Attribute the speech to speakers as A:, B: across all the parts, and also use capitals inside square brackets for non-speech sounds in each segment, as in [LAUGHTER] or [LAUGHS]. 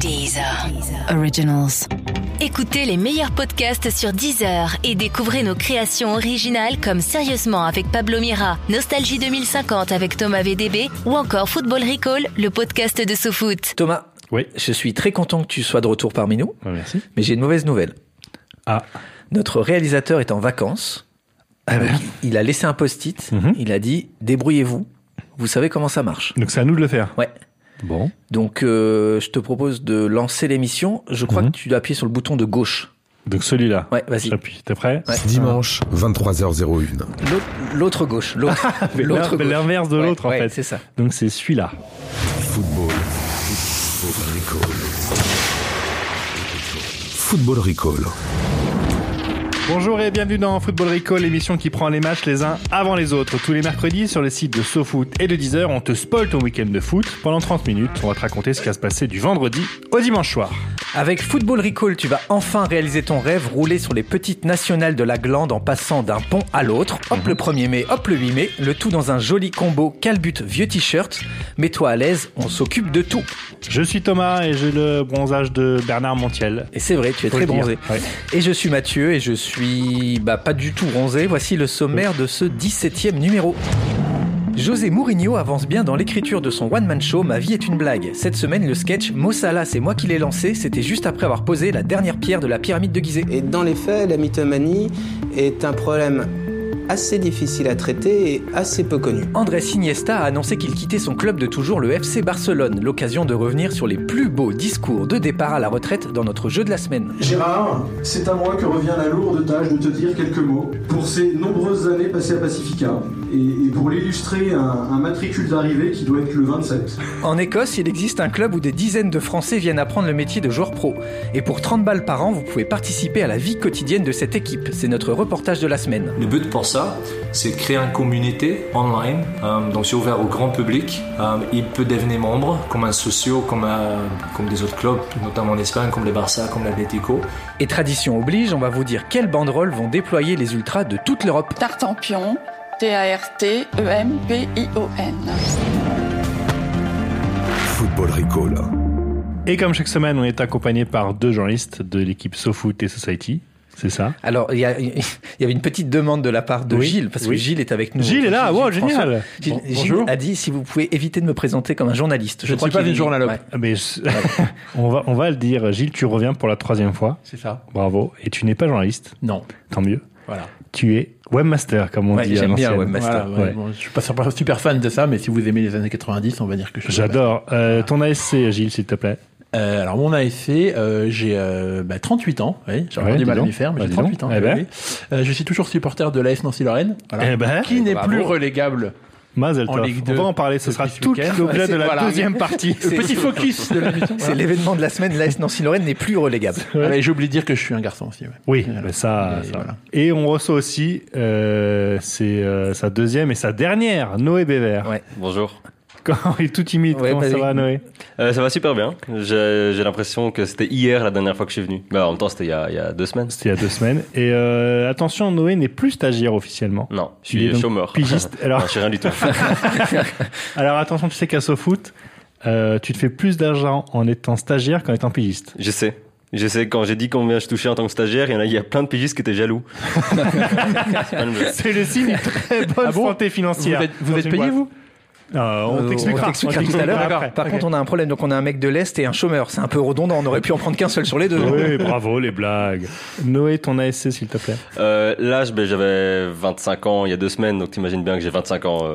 A: Deezer. Originals. Écoutez les meilleurs podcasts sur Deezer et découvrez nos créations originales comme Sérieusement avec Pablo Mira, Nostalgie 2050 avec Thomas VDB ou encore Football Recall, le podcast de SoFoot.
B: Thomas,
C: Oui.
B: je suis très content que tu sois de retour parmi nous,
C: Ouais, Ah, merci.
B: mais j'ai une mauvaise nouvelle.
C: Ah.
B: Notre réalisateur est en vacances. Donc, Il a laissé un post-it.
C: ben. Mhm.
B: Il a dit débrouillez-vous. Vous savez comment ça marche.
C: Donc c'est à nous de le faire.
B: Ouais.
C: Bon.
B: Donc euh, je te propose de lancer l'émission. Je crois
C: Mhm.
B: que tu dois appuyer sur le bouton de gauche.
C: Donc celui-là.
B: Ouais, vas-y.
C: J'appuie. T'es prêt
B: Ouais.
D: Dimanche, 23h01.
B: L'autre- L'autre gauche. L'autre.
C: [LAUGHS] Mais
B: l'autre
C: l'in-
B: gauche.
C: L'inverse de
B: Ouais,
C: l'autre en
B: ouais,
C: fait.
B: C'est ça.
C: Donc c'est celui-là.
D: Football. Football Recall. Football Recall.
C: Bonjour et bienvenue dans Football Recall, l'émission qui prend les matchs les uns avant les autres. Tous les mercredis sur le site de SoFoot et de Deezer, on te spoil ton week-end de foot. Pendant 30 minutes, on va te raconter ce qui va se passer du vendredi au dimanche soir.
B: Avec Football Recall, tu vas enfin réaliser ton rêve, rouler sur les petites nationales de la glande en passant d'un pont à l'autre.
C: Mhm.
B: Hop le 1er mai, hop le 8 mai, le tout dans un joli combo calbut vieux t-shirt. Mets-toi à l'aise, on s'occupe de tout.
C: Je suis Thomas et j'ai le bronzage de Bernard Montiel.
B: Et c'est vrai, tu es
C: Faut
B: très
C: le dire.
B: bronzé.
C: Ouais.
B: Et je suis Mathieu et je suis bah, pas du tout bronzé. Voici le sommaire de ce 17e numéro. José Mourinho avance bien dans l'écriture de son one-man show Ma vie est une blague. Cette semaine, le sketch Mossala, c'est moi qui l'ai lancé, c'était juste après avoir posé la dernière pierre de la pyramide de Gizeh.
E: Et dans les faits, la mythomanie est un problème assez difficile à traiter et assez peu connu.
B: Andrés Iniesta a annoncé qu'il quittait son club de toujours, le FC Barcelone, l'occasion de revenir sur les plus beaux discours de départ à la retraite dans notre jeu de la semaine.
F: Gérard, c'est à moi que revient la lourde tâche de te dire quelques mots pour ces nombreuses années passées à Pacifica et, et pour l'illustrer un, un matricule d'arrivée qui doit être le 27.
B: En Écosse, il existe un club où des dizaines de Français viennent apprendre le métier de joueur pro. Et pour 30 balles par an, vous pouvez participer à la vie quotidienne de cette équipe. C'est notre reportage de la semaine.
G: Le but pour ça, c'est de créer une communauté online, euh, donc c'est ouvert au grand public. Euh, il peut devenir membre, comme un socio, comme, un- comme des autres clubs, notamment en Espagne, comme le Barça, comme l'Atlético.
B: Et tradition oblige, on va vous dire quelles banderoles vont déployer les ultras de toute l'Europe.
H: Tartampion, T-A-R-T-E-M-P-I-O-N.
D: Football Recall.
C: Et comme chaque semaine, on est accompagné par deux journalistes de l'équipe SoFoot et Society. C'est ça
B: Alors, il y, a- [LAUGHS] il y avait une petite demande de la part de
C: Oui,
B: Gilles, parce que
C: oui.
B: Gilles est avec nous.
C: Gilles est là, wow,
B: François.
C: génial
B: Gilles,
C: Bon,
B: Gilles
C: bonjour.
B: a dit si vous pouvez éviter de me présenter comme un journaliste. Je,
I: ne
B: crois
I: suis pas
B: qu'il-
I: une journalope.
B: Ouais.
C: Ah, Mais je- [LAUGHS] on, va, on va le dire, Gilles, tu reviens pour la troisième fois.
I: C'est ça.
C: Bravo. Et tu n'es pas journaliste,
I: Non.
C: tant mieux.
I: Voilà.
C: Tu es webmaster, comme on
B: Ouais,
C: dit à
B: j'aime bien
C: l'ancienne.
B: webmaster.
I: Voilà, Ah, ouais,
C: Ouais.
I: bon, je suis pas super, super fan de ça, mais si vous aimez les années 90, on va dire que je suis
C: J'adore. Euh, ton ASC, Gilles, s'il te plaît.
I: Euh, alors mon AFC, euh, j'ai euh, bah, 38 ans, oui, j'ai encore
C: Ouais, dis
I: du mal à
C: donc.
I: m'y faire, mais
C: Bah,
I: j'ai
C: dis donc.
I: 38 ans.
C: Eh
I: oui,
C: ben.
I: oui. Euh, je suis toujours supporter de l'AS Nancy-Lorraine, voilà,
C: Eh ben.
I: qui n'est
B: Bravo.
I: plus relégable.
C: Mazel
I: En
C: Tov.
I: Ligue
C: On
I: 2,
C: va en parler. Ce sera
I: depuis ce
C: tout
I: week-end.
C: l'objet de la
I: Voilà.
C: deuxième
B: [LAUGHS]
C: partie.
I: Le petit focus de la mission.
B: C'est l'événement de la semaine, l'AS Nancy-Lorraine n'est plus relégable.
I: Voilà, et Ah, j'ai oublié de dire que je suis un garçon aussi. ouais.
C: Oui,
I: Voilà.
C: mais ça.
I: Et
C: ça.
I: voilà.
C: Et on reçoit aussi euh, c'est, euh, sa deuxième et sa dernière, Noé Bévert.
B: Ouais.
J: Bonjour.
C: Quand il est tout timide,
B: Ouais,
C: comment ça
B: bah,
C: va, Noé
J: Euh, ça va super bien. J'ai j'ai l'impression que c'était hier la dernière fois que je suis venu. Bah, en même temps, c'était il, y a- il y a deux semaines.
C: C'était il y a deux semaines. Et euh, attention, Noé n'est plus stagiaire officiellement.
J: Non, je
C: Il est
J: suis
C: donc
J: chômeur.
C: pigiste. Alors-
J: [LAUGHS] non, je suis rien du tout.
C: [LAUGHS] Alors attention, tu sais qu'à SoFoot, euh, tu te fais plus d'argent en étant stagiaire qu'en étant pigiste.
J: je sais. Je sais, quand j'ai dit combien je touchais en tant que stagiaire, il y, en a, il y a plein de pigistes qui étaient jaloux. C'est pas une blague.
C: [LAUGHS] C'est le signe d'une très bonne
I: Ah bon
C: santé
I: Vous
C: financière.
I: êtes, vous
C: Dans
I: êtes
C: une
I: payé,
C: boîte.
I: vous
C: Euh, on
B: Euh,
C: t'expliquera.
B: t'expliquera tout à l'heure. Par contre, on a un problème. Donc, on a un mec de l'Est et un chômeur. C'est un peu redondant. On aurait pu en prendre qu'un seul sur les deux.
C: [LAUGHS] Oui, bravo les blagues. Noé, ton ASC, s'il te plaît.
J: Euh, L'âge, ben, j'avais 25 ans il y a deux semaines, donc t'imagines bien que j'ai 25 ans. euh,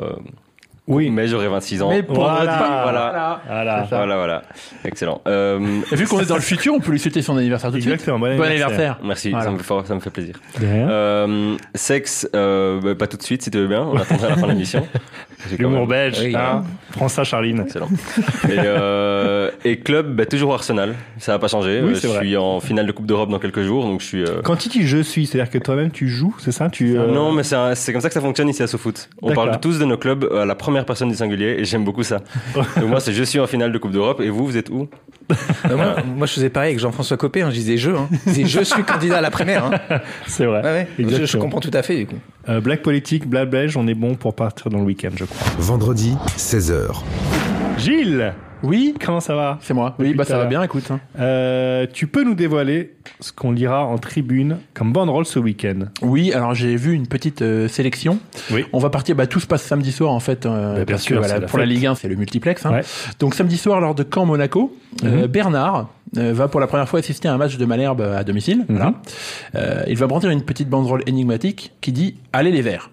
C: Oui.
J: Mais j'aurai 26 ans.
I: Mais pour
C: Voilà.
I: notre-
J: Voilà.
C: Voilà.
I: ça.
J: Voilà, voilà. Excellent. Euh,
I: Et Vu qu'on est dans le futur, on peut lui souhaiter son anniversaire tout de suite.
C: Exactement, bon
I: Bon
C: anniversaire.
I: anniversaire.
J: merci,
I: Voilà.
J: ça, me fait, fort- ça me fait plaisir.
C: De rien.
J: Euh, sexe, euh, bah,
B: [LAUGHS]
J: pas tout de suite si tu veux bien, on attendra la fin de l'émission. J'ai quand
C: L'humour
J: même-
C: belge.
B: Oui.
C: hein. Prends ça, Charline.
J: Excellent. Et, euh, et club, bah, toujours Arsenal, ça n'a pas changé.
C: Oui,
J: Euh,
C: c'est
J: je
C: vrai.
J: suis en finale de Coupe d'Europe dans quelques jours, donc je suis... euh,
C: Quand tu dis je suis, c'est-à-dire que toi-même tu joues, c'est ça tu, euh,
J: Non, mais c'est un- c'est comme ça que ça fonctionne ici à SoFoot. On
C: D'accord.
J: parle de tous de nos clubs à la première personne du singulier, et j'aime beaucoup ça. donc moi, c'est je suis en finale de Coupe d'Europe, et vous, vous êtes où
B: Euh,
C: Ah.
B: moi, moi, je faisais pareil avec Jean-François Copé. hein. Je disais je. hein. Je disais je suis candidat à la primaire. hein.
C: C'est vrai.
B: Ouais, ouais. Je- Je,
C: Exactement.
B: comprends tout à fait. Du coup.
C: Euh, blague politique, blague belge, on est bon pour partir dans le week-end, je crois.
D: Vendredi, 16h.
C: Gilles,
B: Oui,
C: comment ça va
B: c'est moi.
C: Depuis
B: Oui, bah
C: tout
B: ça
C: à
B: va
C: l'heure.
B: bien, écoute. hein.
C: Euh, Tu peux nous dévoiler ce qu'on lira en tribune comme banderole ce week-end
B: Oui, alors j'ai vu une petite euh, sélection.
C: Oui.
B: On va partir, bah, tout se passe samedi soir en fait. euh,
C: Bah, bien
B: parce que,
C: sûr,
B: voilà,
C: c'est la
B: pour la
C: fête.
B: Ligue 1, c'est le multiplex. hein.
C: Ouais.
B: Donc samedi soir, lors de Caen Monaco,
C: Mhm.
B: euh, Bernard euh, va pour la première fois assister à un match de Malherbe à domicile. Voilà.
C: Mhm.
B: Euh, il va brandir une petite banderole énigmatique qui dit Allez les Verts.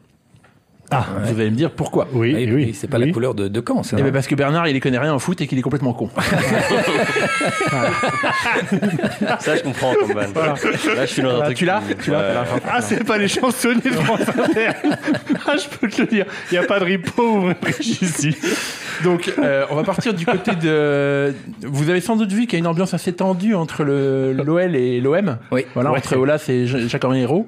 C: Ah,
B: Vous allez me dire pourquoi
C: oui,
J: Et,
C: oui.
J: et c'est pas
C: oui.
J: la couleur de, de Caen, ça.
B: Eh ben, parce que Bernard, il y connaît rien en foot et qu'il est complètement con.
K: Ça, je comprends comme
C: [LAUGHS]
K: van. Là, je suis dans un
B: Ah,
K: truc.
B: tu l'as
K: qui-
B: Tu l'as
K: Ouais.
C: Ah, c'est pas les chansonniers de France Inter. ah, je peux te le dire. Il n'y a pas de ripo ou ici.
B: Donc, euh, on va partir du côté de. Vous avez sans doute vu qu'il y a une ambiance assez tendue entre le- l'OL et l'OM.
J: Oui.
B: Voilà,
C: Ouais.
B: entre Olas et Ja- Jacques Henri Hérault.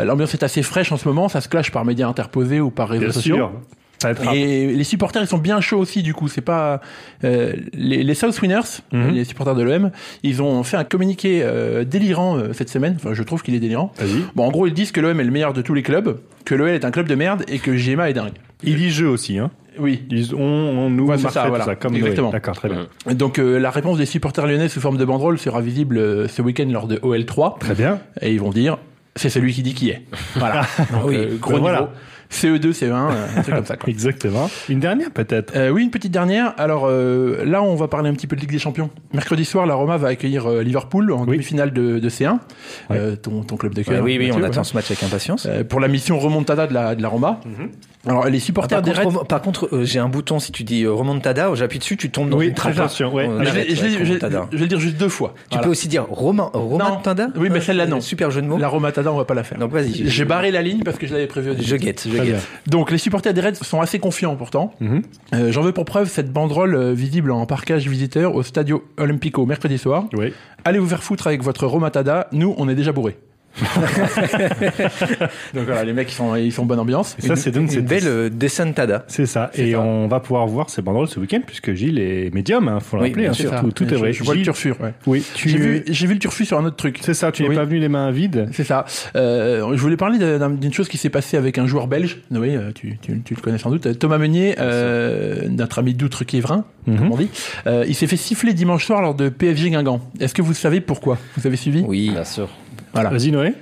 B: Euh, L'ambiance est assez fraîche en ce moment. Ça se clash par médias interposés ou par réseaux
C: Bien
B: sociaux.
C: sûr. Ah, Ça va être rap-
B: Et les supporters, ils sont bien chauds aussi, du coup. C'est pas euh, les, les South Winners,
C: Mhm.
B: les supporters de l'OM, ils ont fait un communiqué euh, délirant euh, cette semaine. Enfin, je trouve qu'il est délirant.
C: Vas-y.
B: Bon, en gros, ils disent que l'OM est le meilleur de tous les clubs, que l'OL est un club de merde et que GMA est dingue.
C: Il dit jeu aussi. Hein.
B: Oui.
C: Ils disent on, on, nous,
B: Ouais, c'est
C: Marseille,
B: ça,
C: tout
B: voilà.
C: ça, comme
B: Exactement.
C: Noé. D'accord, très bien.
B: Donc euh, la réponse des supporters lyonnais sous forme de banderole sera visible euh, ce week-end lors de OL3
C: Très bien.
B: et ils vont dire c'est celui qui dit qui est. Voilà. Donc,
J: Oui.
B: euh, gros
C: Ben voilà.
B: niveau. CE2, CE1, euh, un truc comme ça. quoi.
C: Exactement. Une dernière peut-être.
B: Euh, oui, une petite dernière. Alors euh, là, on va parler un petit peu de Ligue des Champions. Mercredi soir, la Roma va accueillir euh, Liverpool en
C: Oui.
B: demi-finale de, de C1,
C: Ouais.
B: Euh, ton, ton club de
J: Ouais,
B: cœur.
J: oui, oui, on
B: Mathieu,
J: attend
B: ouais.
J: ce match avec impatience.
B: Euh, pour la mission remontada de la, de la Roma. Alors les
J: Ah,
B: supporters
J: par,
B: des
J: contre,
B: Reds-
J: remo- par contre, euh, j'ai un bouton, si tu dis euh, remontada, j'appuie dessus, tu tombes dans
C: Oui,
J: une trappe.
C: attention, ouais.
J: On
B: Je
J: arrête,
B: vais- je
J: ouais,
B: vais- je vais-
J: remontada.
B: je vais le dire juste deux fois.
J: Tu
B: Voilà.
J: peux aussi dire Roman, Romantada
B: Oui, mais
J: Euh,
B: celle-là, non.
J: Super jeu de mots.
B: La Romatada, on va pas la faire.
J: Donc, vas-y.
B: J'ai barré la ligne parce que je l'avais prévu au début.
J: Je guette, je
C: Très
J: guette.
B: Donc les supporters des Reds sont assez confiants pourtant.
C: Mhm.
B: Euh, J'en veux pour preuve cette banderole euh, visible en parquage visiteur au Stadio Olimpico mercredi soir.
C: Oui.
B: Hein Allez vous faire foutre avec votre Romatada, nous on est déjà
C: [LAUGHS]
B: bourrés. [LAUGHS] Donc voilà, les mecs ils sont, ils sont bonne ambiance.
C: Et ça, c'est donc
J: Une
C: c'est
J: belle euh, descentada.
C: C'est ça.
B: C'est
C: Et
B: ça.
C: on va pouvoir voir ces banderoles ce week-end puisque Gilles est médium. Hein, faut le
J: Oui,
C: rappeler.
J: bien
C: hein,
J: sûr.
C: tout, tout est vrai.
B: Je, je vois le
C: Gilles-
B: turfure. ouais.
C: Oui. Tu...
B: J'ai vu, j'ai vu le turfu sur un autre truc.
C: C'est ça. Tu n'es
B: Oui.
C: pas venu les mains vides.
B: C'est ça. Euh, je voulais parler d'un- d'une chose qui s'est passée avec un joueur belge. Noé, euh, tu, tu- tu le connais sans doute. Thomas Meunier, euh, notre ami d'Outre-Quiévrin, comme on dit. Euh, il s'est fait siffler dimanche soir lors de PSG Guingamp. Est-ce que vous savez pourquoi Vous avez suivi
J: Oui.
K: Bien sûr.
B: Voilà.
C: Vas-y Noé.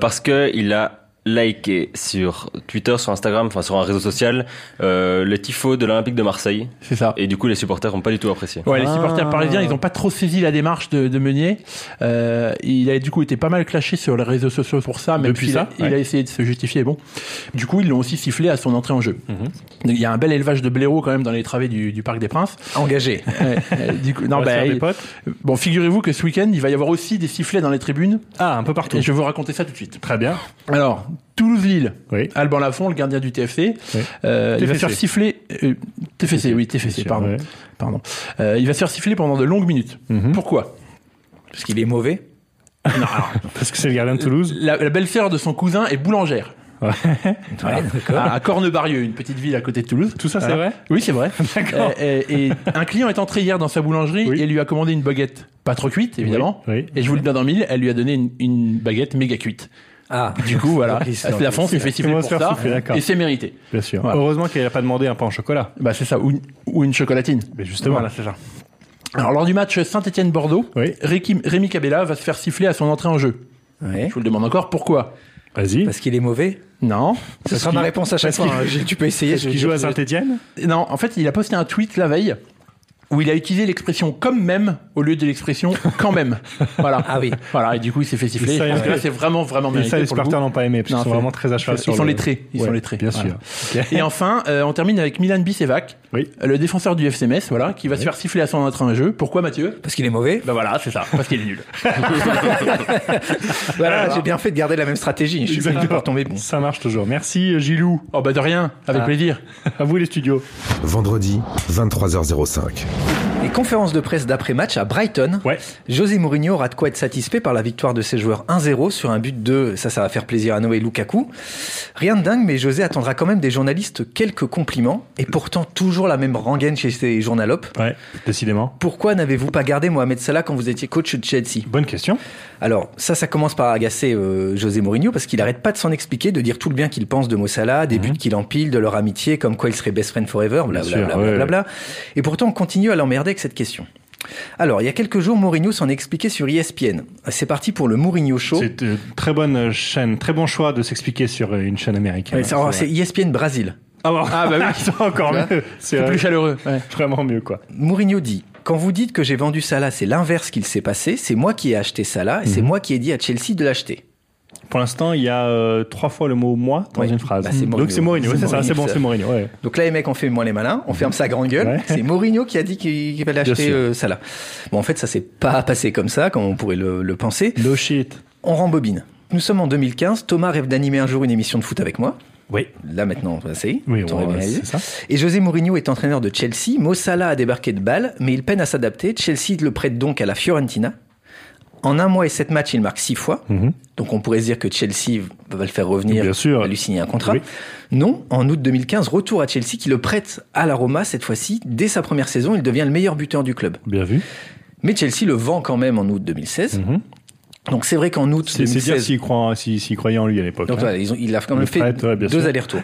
K: Parce que il a liké sur Twitter, sur Instagram, enfin sur un réseau social, euh, le tifo de l'Olympique de Marseille.
B: C'est ça.
K: Et du coup, les supporters n'ont pas du tout apprécié.
B: Ouais, les
C: Ah.
B: supporters parisiens, ils n'ont pas trop saisi la démarche de, de Meunier. Euh, il a du coup été pas mal clashé sur les réseaux sociaux pour ça, même
C: Depuis
B: s'il
C: ça,
B: a, il
C: ouais.
B: a essayé de se justifier. Bon, du coup, ils l'ont aussi sifflé à son entrée en jeu.
C: Mhm.
B: Il y a un bel élevage de blaireaux quand même dans les travées du, du Parc des Princes.
J: Engagé.
B: [LAUGHS] Ouais, euh, du coup, non,
C: On va se
B: bah,
C: faire des
B: il-
C: potes.
B: Bon, figurez-vous que ce week-end, il va y avoir aussi des sifflets dans les tribunes.
C: Ah, un peu partout.
B: Et je vais vous raconter ça tout de suite.
C: Très bien.
B: Alors, Toulouse-Lille.
C: Oui.
B: Alban Lafont, Ah, le gardien du TFC,
C: Oui.
B: euh, il va se
C: TFC.
B: faire siffler. euh, TFC, oui, TFC, pardon.
C: Ouais.
B: pardon. Euh, il va se faire siffler pendant de longues minutes.
C: Mhm.
B: Pourquoi
J: Parce qu'il est mauvais.
C: Parce que c'est le gardien de Toulouse.
B: La, la belle-sœur de son cousin est boulangère.
J: [LAUGHS]
B: Voilà.
J: d'accord.
B: à, à Cornebarieux, une petite ville à côté de Toulouse.
C: Tout ça, c'est
B: Voilà.
C: vrai
B: Ah. Oui, c'est vrai.
C: [LAUGHS] D'accord.
B: Euh, et, et un client est entré hier dans sa boulangerie
C: Oui.
B: et lui a commandé une baguette pas trop cuite, Eh, évidemment.
C: Oui, oui.
B: Et je vous le donne dans mille, elle lui a donné une, une baguette méga cuite.
J: Ah.
B: Du coup,
J: [LAUGHS]
B: voilà. la France lui fait siffler
C: Comment
B: pour
C: se faire
B: ça.
C: siffler, d'accord.
B: et c'est mérité.
C: Bien sûr.
B: Voilà.
C: Heureusement qu'elle n'a pas demandé un pain au chocolat.
B: Bah, c'est ça. Ou une, ou une chocolatine.
C: Mais justement.
B: Voilà, c'est ça. Alors, lors du match Saint-Etienne-Bordeaux,
C: Oui.
B: Réki- Rémi Cabella va se faire siffler à son entrée en jeu.
J: Ouais.
B: Je vous le demande encore, pourquoi
C: Vas-y.
J: Parce qu'il est mauvais.
B: Non.
J: Ce sera
C: qu'il-
J: ma réponse à chaque
C: parce
J: fois. hein. J'ai- Tu peux essayer. je-
C: Qui joue à Saint-Etienne
B: Non, en fait, il a posté un tweet la veille où il a utilisé l'expression comme même au lieu de l'expression quand même. [LAUGHS] Voilà.
J: Ah oui.
B: Voilà, et du coup, il s'est fait siffler.
C: Et ça,
B: Je pense que
C: ouais.
B: là, c'est vraiment, vraiment
C: Mais
B: mérité.
C: ça, les
B: pour le coup.
C: supporters n'ont pas aimé, parce
B: Non,
C: qu'ils sont
B: c'est-
C: vraiment très à cheval
B: ils
C: sur
B: sont
C: le-
B: lettrés, ils sont
C: Ouais,
B: lettrés,
C: Bien
B: voilà.
C: sûr.
B: Et enfin, euh, on termine avec Milan Bisevac,
C: Oui.
B: le défenseur du FC Metz, voilà, qui va se faire siffler à son entrée en jeu. Pourquoi, Mathieu
J: Parce qu'il est mauvais.
B: Ben voilà, c'est ça, parce qu'il est [LAUGHS] nul.
J: Voilà, j'ai bien fait de garder la même stratégie. Je suis fini par tomber bon.
C: Ça marche toujours. Merci euh, Gilou. Ah.
B: Oh bah de rien, avec plaisir.
C: À vous les studios.
D: Vendredi, 23h05.
B: Les conférences de presse d'après-match à Brighton.
C: Ouais.
B: José Mourinho aura de quoi être satisfait par la victoire de ses joueurs 1-0 sur un but de, ça, ça va faire plaisir à Noé Lukaku. Rien de dingue, mais José attendra quand même des journalistes quelques compliments, et pourtant toujours la même rengaine chez ses journalopes.
C: Ouais, décidément.
B: Pourquoi n'avez-vous pas gardé Mohamed Salah quand vous étiez coach de Chelsea
C: Bonne question.
B: Alors, ça, ça commence par agacer euh, José Mourinho parce qu'il arrête pas de s'en expliquer, de dire tout le bien qu'il pense de Mossala,
C: Mhm.
B: des buts qu'il empile, de leur amitié, comme quoi ils seraient best friends forever,
C: sûr,
B: blablabla.
C: ouais,
B: Et pourtant, on continue à l'emmerder avec cette question. Alors, il y a quelques jours, Mourinho s'en expliquait sur E ESPN. Ah, C'est parti pour le Mourinho Show.
C: C'est euh, très bonne euh, chaîne, très bon choix de s'expliquer sur euh, une chaîne américaine.
B: Ouais, c'est-
C: C'est
B: c'est E
C: vrai.
B: ESPN Brésil.
C: Ah, bon.
I: Ah,
C: [LAUGHS]
I: bah oui.
C: c'est encore
I: Tu
C: mieux.
I: vois
C: C'est
I: C'est
C: vrai.
I: plus chaleureux. ouais.
C: vraiment mieux quoi.
B: Mourinho dit Quand vous dites que j'ai vendu Salah, c'est l'inverse qu'il s'est passé. C'est moi qui ai acheté Salah et c'est
C: Mhm.
B: moi qui ai dit à Chelsea de l'acheter.
C: Pour l'instant, il y a euh, trois fois le mot moi dans
B: Ouais.
C: une phrase.
B: Bah, c'est Mourinho.
C: Donc c'est Mourinho, ouais,
B: C'est
C: c'est ça,
B: Mourinho,
C: c'est bon,
B: ça.
C: c'est Mourinho. ouais.
B: Donc là, les mecs, on fait moins les malins, on ferme sa grande gueule.
C: Ouais.
B: C'est Mourinho qui a dit qu'il qu'il fallait acheter
C: sûr.
B: euh, Salah. Bon, en fait, ça s'est pas passé comme ça, comme on pourrait le, le penser.
C: No shit.
B: On rembobine. Nous sommes en 2015. Thomas rêve d'animer un jour une émission de foot avec moi.
C: Oui.
B: Là maintenant, ça, c'est
C: Oui,
B: on
C: on-
B: rêve réalisé.
C: c'est ça.
B: Et José Mourinho est entraîneur de Chelsea. Mo Salah a débarqué de Bâle, mais il peine à s'adapter. Chelsea le prête donc à la Fiorentina. En un mois et sept matchs, il marque six fois.
C: Mhm.
B: Donc on pourrait se dire que Chelsea va le faire revenir,
C: Bien sûr.
B: va lui signer un contrat.
C: Oui.
B: Non, en août 2015, retour à Chelsea qui le prête à la Roma cette fois-ci. Dès sa première saison, il devient le meilleur buteur du club.
C: Bien vu. Mhm.
B: Mais Chelsea le vend quand même en août 2016. Donc c'est vrai qu'en août
C: Mm. C'est c'est
B: 2016,
C: dire s'il croit, en- s'il- s'il croyait en lui à l'époque.
B: donc
C: hein.
B: voilà, ils ont- il a quand même
C: Le
B: fait
C: prêtre, ouais, bien
B: deux
C: sûr.
B: allers-retours.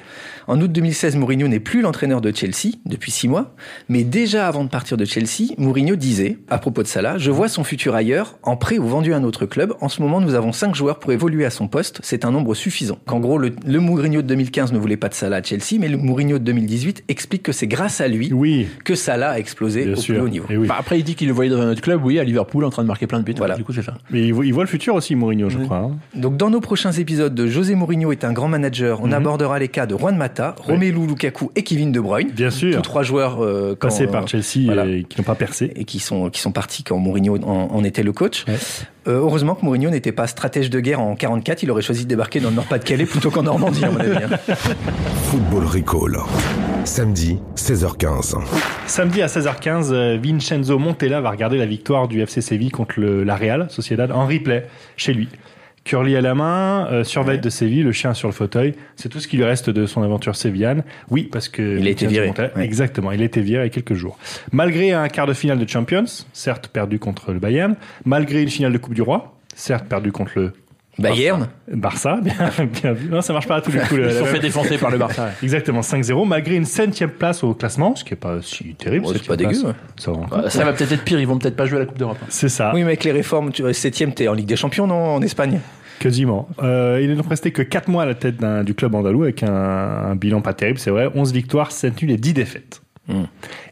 B: En août 2016, Mourinho n'est plus l'entraîneur de Chelsea depuis six mois, mais déjà avant de partir de Chelsea, Mourinho disait à propos de Salah "Je vois son futur ailleurs, en prêt ou vendu à un autre club. En ce moment, nous avons cinq joueurs pour évoluer à son poste. C'est un nombre suffisant." Qu'en gros, le, le Mourinho de 2015 ne voulait pas de Salah à Chelsea, mais le Mourinho de 2018 explique que c'est grâce à lui
C: Oui,
B: que Salah a explosé
C: bien
B: au
C: sûr.
B: plus haut niveau.
C: Et oui.
I: Enfin, Bah, après, il dit qu'il le voyait dans un autre club, oui, à Liverpool, en train de marquer plein de buts.
B: Voilà.
I: Du coup, c'est ça.
C: Mais il voit, il voit le futur aussi, Mourinho, je crois. hein.
B: Donc dans nos prochains épisodes de José Mourinho est un grand manager,
I: Mhm.
B: on abordera les cas de Juan Mata, Romelu Lukaku et Kevin De Bruyne.
C: Bien sûr.
B: Tous trois joueurs euh, quand,
C: Passé
B: euh,
C: par Chelsea
B: voilà.
C: et qui n'ont pas percé.
B: et qui sont qui sont partis quand Mourinho en, en était le coach.
C: Ouais.
B: Euh, heureusement que Mourinho n'était pas stratège de guerre en 44, il aurait choisi de débarquer dans le Nord-Pas-de-Calais plutôt qu'en Normandie à mon avis. hein.
I: [LAUGHS]
D: Football Recall. Samedi, 16h15.
C: Samedi à 16h15, euh, Vincenzo Montella va regarder la victoire du FC Séville contre le, la Real Sociedad en replay chez lui. Curly à la main, euh, surveille de Séville, le chien sur le fauteuil, c'est tout ce qui lui reste de son aventure sévillane. Oui, parce que
B: Il a été
C: Vincenzo
B: viré,
C: Montella-
B: ouais.
C: Exactement, il a été viré il y a quelques jours. Malgré un quart de finale de Champions, certes perdu contre le Bayern, malgré une finale de Coupe du Roi, certes perdu contre le
B: Bayern,
C: Barça, [LAUGHS] bien, bien vu. Non, ça marche pas à tous les coups. le-
I: Ils se sont
C: la-
I: fait défoncer par le Barça. ouais.
C: Exactement, 5-0, malgré une septième place au classement, ce qui est pas si terrible.
B: Ouais, c'est
C: septième
B: pas dégueu,
C: place.
B: ouais.
C: Ça va encore.
I: Bah, Ça va peut-être être pire, ils vont peut-être pas jouer à la Coupe d'Europe. hein.
C: C'est ça,
B: Ah. oui mais avec les réformes, tu 7 t'es en Ligue des Champions non en Espagne.
C: quasiment. Euh, il est donc resté que 4 mois à la tête d'un- du club andalou avec un, un bilan pas terrible, c'est vrai, 11 victoires, 7 nuls et 10 défaites.
I: Hmm.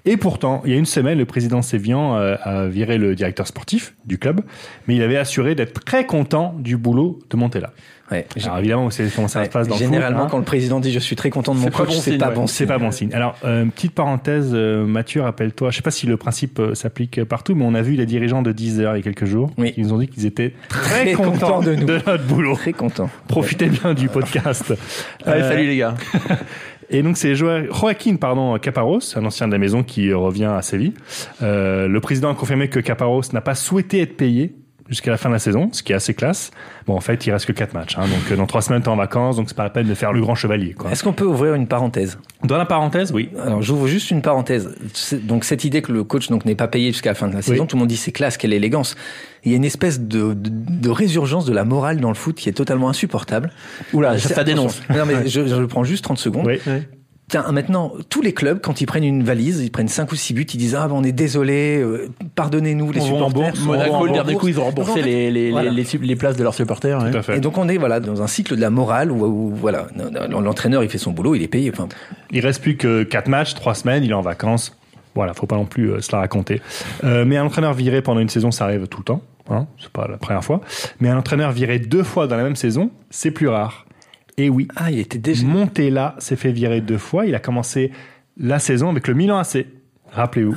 C: Et pourtant, il y a une semaine, le président Sévian euh, a viré le directeur sportif du club, mais il avait assuré d'être très content du boulot de Montella.
B: Ouais.
C: Alors évidemment, vous savez comment ça
B: Ouais,
C: se passe dans le foot,
B: Généralement
C: hein.
B: quand le président dit je suis très content de mon
I: C'est pas
B: coach,
I: bon
B: c'est
I: signe,
B: pas
I: ouais.
B: bon
C: C'est
B: signe.
C: pas bon signe. Alors, euh, petite parenthèse, euh, Mathieu, rappelle-toi, je sais pas si le principe euh, s'applique partout, mais on a vu les dirigeants de Deezer il y a quelques jours.
B: Oui.
C: Ils nous ont dit qu'ils étaient très,
B: Très
C: contents,
B: contents de
C: de,
B: nous.
C: notre boulot.
B: Très content.
C: Profitez bien du podcast.
I: Allez,
C: Euh,
I: salut les gars.
C: Et donc, c'est Joa- Joaquin pardon, Caparros, un ancien de la maison qui euh, revient à Séville. Euh, le président a confirmé que Caparros n'a pas souhaité être payé jusqu'à la fin de la saison, ce qui est assez classe. Bon, en fait, il reste que quatre matchs. hein. donc, euh, dans trois semaines, t'es en vacances, donc c'est pas la peine de faire le grand chevalier. Quoi.
B: Est-ce qu'on peut ouvrir une parenthèse
C: Dans la parenthèse, oui.
B: Alors j'ouvre juste une parenthèse. C'est- Donc cette idée que le coach donc n'est pas payé jusqu'à la fin de la saison, tout le monde dit c'est classe, quelle élégance. Il y a une espèce de, de, de résurgence de la morale dans le foot qui est totalement insupportable. Euh,
I: Oula,
B: C'est-
I: ça, ça dénonce.
B: Non mais je, je prends juste 30 secondes.
C: Oui.
B: Tiens, maintenant, tous les clubs, quand ils prennent une valise, ils prennent 5 ou 6 buts, ils disent Ah, ben, on est désolé, euh, pardonnez-nous les
C: On vous
B: supporters.
C: rembourse, on
B: On
I: Monaco,
B: rembourse.
I: le dernier coup, ils ont
B: Donc, en
I: remboursé
B: fait,
I: les, les,
B: voilà.
I: les, les- les places de leurs supporters. ouais.
C: Tout à fait.
B: Et donc on est voilà dans un cycle de la morale où, où, voilà l'entraîneur il fait son boulot il est payé enfin
C: Il reste plus que 4 matchs, 3 semaines, il est en vacances. Voilà, faut pas non plus euh, se la raconter. Euh, mais un entraîneur viré pendant une saison, ça arrive tout le temps. Hein, c'est pas la première fois. Mais un entraîneur viré deux fois dans la même saison, c'est plus rare. Et oui,
B: ah il était déjà
C: Montella s'est fait virer deux fois. Il a commencé la saison avec le Milan AC. Rappelez-vous.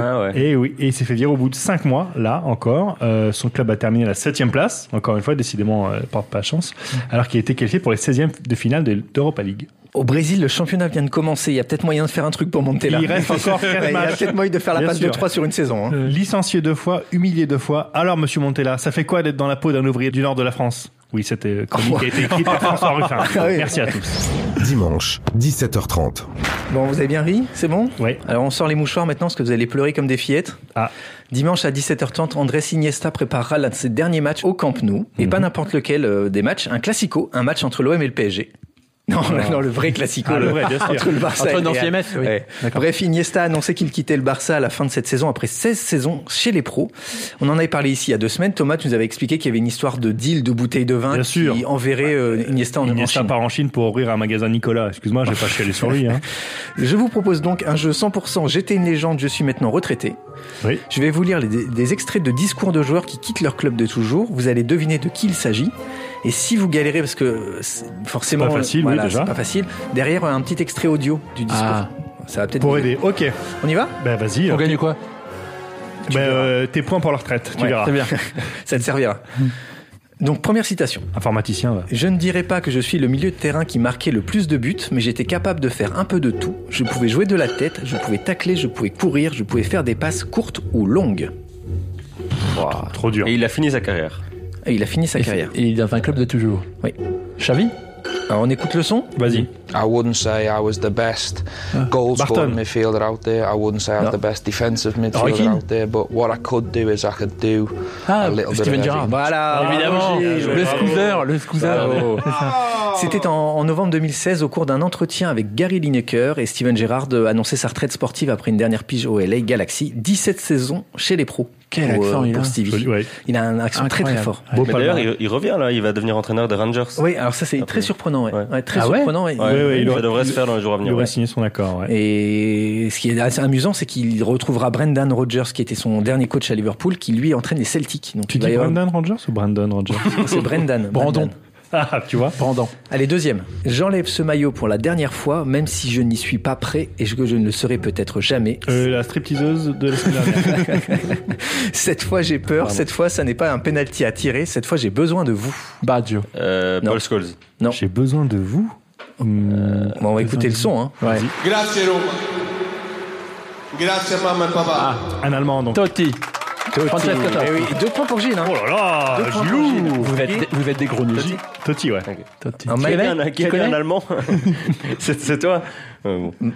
J: Ah ouais.
C: Et oui, et il s'est fait virer au bout de 5 mois, là encore. Euh, son club a terminé à la 7 place, encore une fois, décidément, euh, porte pas chance, alors qu'il était qualifié pour les 16e de finale de l'Europa League.
B: Au Brésil, le championnat vient de commencer. Il y a peut-être moyen de faire un truc pour monter là.
C: Il
B: [LAUGHS]
C: reste encore
B: Ouais,
C: quatre
B: Il y a
C: matchs.
B: peut-être moyen de faire la
C: Bien
B: passe
C: sûr.
B: de 3 sur une saison. hein.
C: Euh. Licencié deux fois, humilié deux fois. Alors, monsieur Montella, ça fait quoi d'être dans la peau d'un ouvrier du nord de la France Oui, c'était euh, chronique qui a été écrite [LAUGHS] par François Ruffin.
B: Ah oui.
C: Merci à tous.
D: Dimanche, 17h30.
B: Bon, vous avez bien ri C'est bon
C: Oui.
B: Alors, on sort les mouchoirs maintenant parce que vous allez pleurer comme des fillettes.
C: Ah.
B: Dimanche à 17h30, André Iniesta préparera l'un de ses derniers matchs au Camp Nou.
C: Mhm.
B: Et pas n'importe lequel euh, des matchs. Un classico, un match entre l'OM et le PSG. Non, non, le vrai classico.
C: Ah, le vrai, bien
B: [LAUGHS]
C: sûr.
B: Entre le Barça
I: Entre
B: et
I: Nantes
B: le Real.
I: et MF, oui.
B: Ouais. Bref, Iniesta a annoncé qu'il quittait le Barça à la fin de cette saison après 16 saisons chez les pros. On en avait parlé ici il y a deux semaines. Thomas, tu nous avais expliqué qu'il y avait une histoire de deal de bouteilles de vin
C: Bien
B: qui
C: sûr.
B: enverrait euh, Iniesta en, en
C: Iniesta
B: Chine.
C: part en Chine pour ouvrir un magasin Nicolas. Excuse-moi, j'ai [LAUGHS] pas chialé sur lui. Hein.
B: Je vous propose donc un jeu 100% J'étais une légende, je suis maintenant retraité.
C: Oui.
B: Je vais vous lire les- des extraits de discours de joueurs qui quittent leur club de toujours. Vous allez deviner de qui il s'agit. Et si vous galérez, parce que c'est- forcément,
C: Pas facile, oui,
B: voilà,
C: déjà.
B: c'est pas facile, derrière un petit extrait audio du discours.
I: Ah.
B: Ça va peut-être
C: Pour
B: vous
C: aider. Ok.
B: On y va
C: Ben vas-y.
I: On gagne quoi
C: Ben, euh, tes points pour la retraite. Tu
B: Ouais,
C: verras.
B: très bien. [LAUGHS] Ça te servira. Donc première citation.
C: Informaticien. va.
B: Je ne dirais pas que je suis le milieu de terrain qui marquait le plus de buts, mais j'étais capable de faire un peu de tout. Je pouvais jouer de la tête, je pouvais tacler, je pouvais courir, je pouvais faire des passes courtes ou longues.
C: Trop dur.
J: Et il a fini sa carrière.
B: Et il a fini sa carrière.
I: Et il est dans un club de toujours.
B: Oui.
I: Xavi
B: Alors on écoute le son
C: Vas-y.
H: I wouldn't say I was the best goal scoring
C: Barton.
H: midfielder out there. I wouldn't say I was
B: No.
H: the best defensive
I: Roy
H: midfielder
I: Keane.
H: out there. But what I could do is I could do
I: Ah,
H: a little bit of
I: Steven
H: everything.
I: Gerrard.
B: Voilà,
I: Évidemment,
B: bravo, Gilles.
I: le scooter, le scooter.
B: Bravo. [LAUGHS] C'était en, en novembre 2016 au cours d'un entretien avec Gary Lineker et Steven Gerrard euh, annonçait sa retraite sportive après une dernière pige au LA Galaxy. 17 saisons chez les pros.
I: Quel
B: pour, euh,
I: accent il
B: pour
I: a.
B: Stevie.
C: Joli, ouais.
B: Il a un accent très très
I: Incroyable.
B: fort.
C: Beau
J: Mais d'ailleurs,
C: palmarès.
J: il, il revient là, il va devenir entraîneur des Rangers.
B: Oui, alors ça c'est
J: Après.
B: très surprenant, ouais.
J: Ouais.
B: Ouais, très
I: Ah ouais
B: surprenant. et-
J: Ouais,
C: ouais, il
J: ça
C: aurait-
J: devrait se faire dans les jours à
C: Il
J: venir.
C: aurait
J: ouais.
C: signé son accord. Ouais.
B: Et ce qui est assez amusant, c'est qu'il retrouvera Brendan Rodgers, qui était son dernier coach à Liverpool, qui lui entraîne les Celtics. Donc
C: Tu
B: il va
C: dis
B: y avoir-
C: Brandon Rangers ou Brandon Rangers
B: [LAUGHS] C'est Brendan.
I: Brandon.
B: Brendan.
C: Ah, tu vois.
I: Brandon.
B: Allez, deuxième. J'enlève ce maillot pour la dernière fois, même si je n'y suis pas prêt et que je ne le serai peut-être jamais.
C: Euh, la stripteaseuse de la semaine
I: [LAUGHS]
C: dernière.
B: Cette fois, j'ai peur. Cette fois, ça n'est pas un penalty à tirer. Cette fois, j'ai besoin de vous.
I: Baggio.
J: Euh,
B: Non.
J: Paul Scholes.
B: Non. Euh,
C: J'ai besoin de vous. Hum,
B: Bon, on va écouter le son. Hein.
H: Grazie Roma. Grazie mamma e papà.
C: Un Allemand donc.
I: Totti. Francesco
B: Totti.
I: Totti.
B: Eh oui, deux points pour Gilles. hein.
C: Oh là là,
B: Deux points pour Gilles.
C: Gilou
I: Vous êtes, vous êtes des gros nuls.
C: Totti, ouais.
I: Totti.
B: Un
I: Tu
B: Malais
I: connais
J: Qui a dit un-
I: Tu
J: qui a dit
I: connais [LAUGHS]
J: un Allemand C'est c'est toi Euh, bon.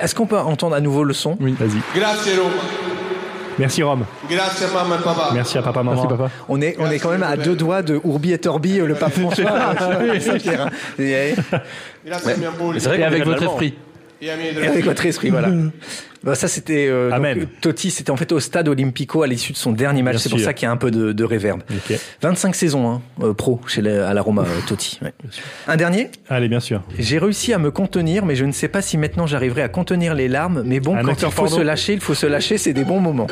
B: Est-ce qu'on peut entendre à nouveau le son
C: Vas-y.
H: Grazie Roma.
C: Merci Rome.
H: Grazie mamma e papà.
C: Merci à papa maman.
I: Merci, papa.
B: On est, on est quand même à deux doigts de Ourbi et Torbi, euh, le pape François. [LAUGHS] euh, Saint-Pierre, hein. Et
H: Grazie ai miei
J: Mais
H: ammuli
J: C'est vrai
I: Et
J: qu'on
I: avec
J: dirait
I: votre
J: l'Allemand.
I: esprit.
H: e ai miei
B: et avec votre esprit, voilà. Bah, ça, c'était euh, donc,
C: Mmh. Amen.
B: euh, Totti, c'était en fait au stade Olympico à l'issue de son dernier match.
C: Bien
B: C'est pour
C: sûr.
B: ça qu'il y a un peu de, de réverb.
C: Ok.
B: 25 saisons hein, euh, pro chez la- à la Roma, euh, Totti. ouais. Un dernier
C: Allez, bien sûr.
B: J'ai réussi à me contenir, mais je ne sais pas si maintenant j'arriverai à contenir les larmes. Mais bon,
C: Un
B: quand il
C: acteur
B: faut
C: porno.
B: se lâcher, il faut se lâcher, c'est des bons moments.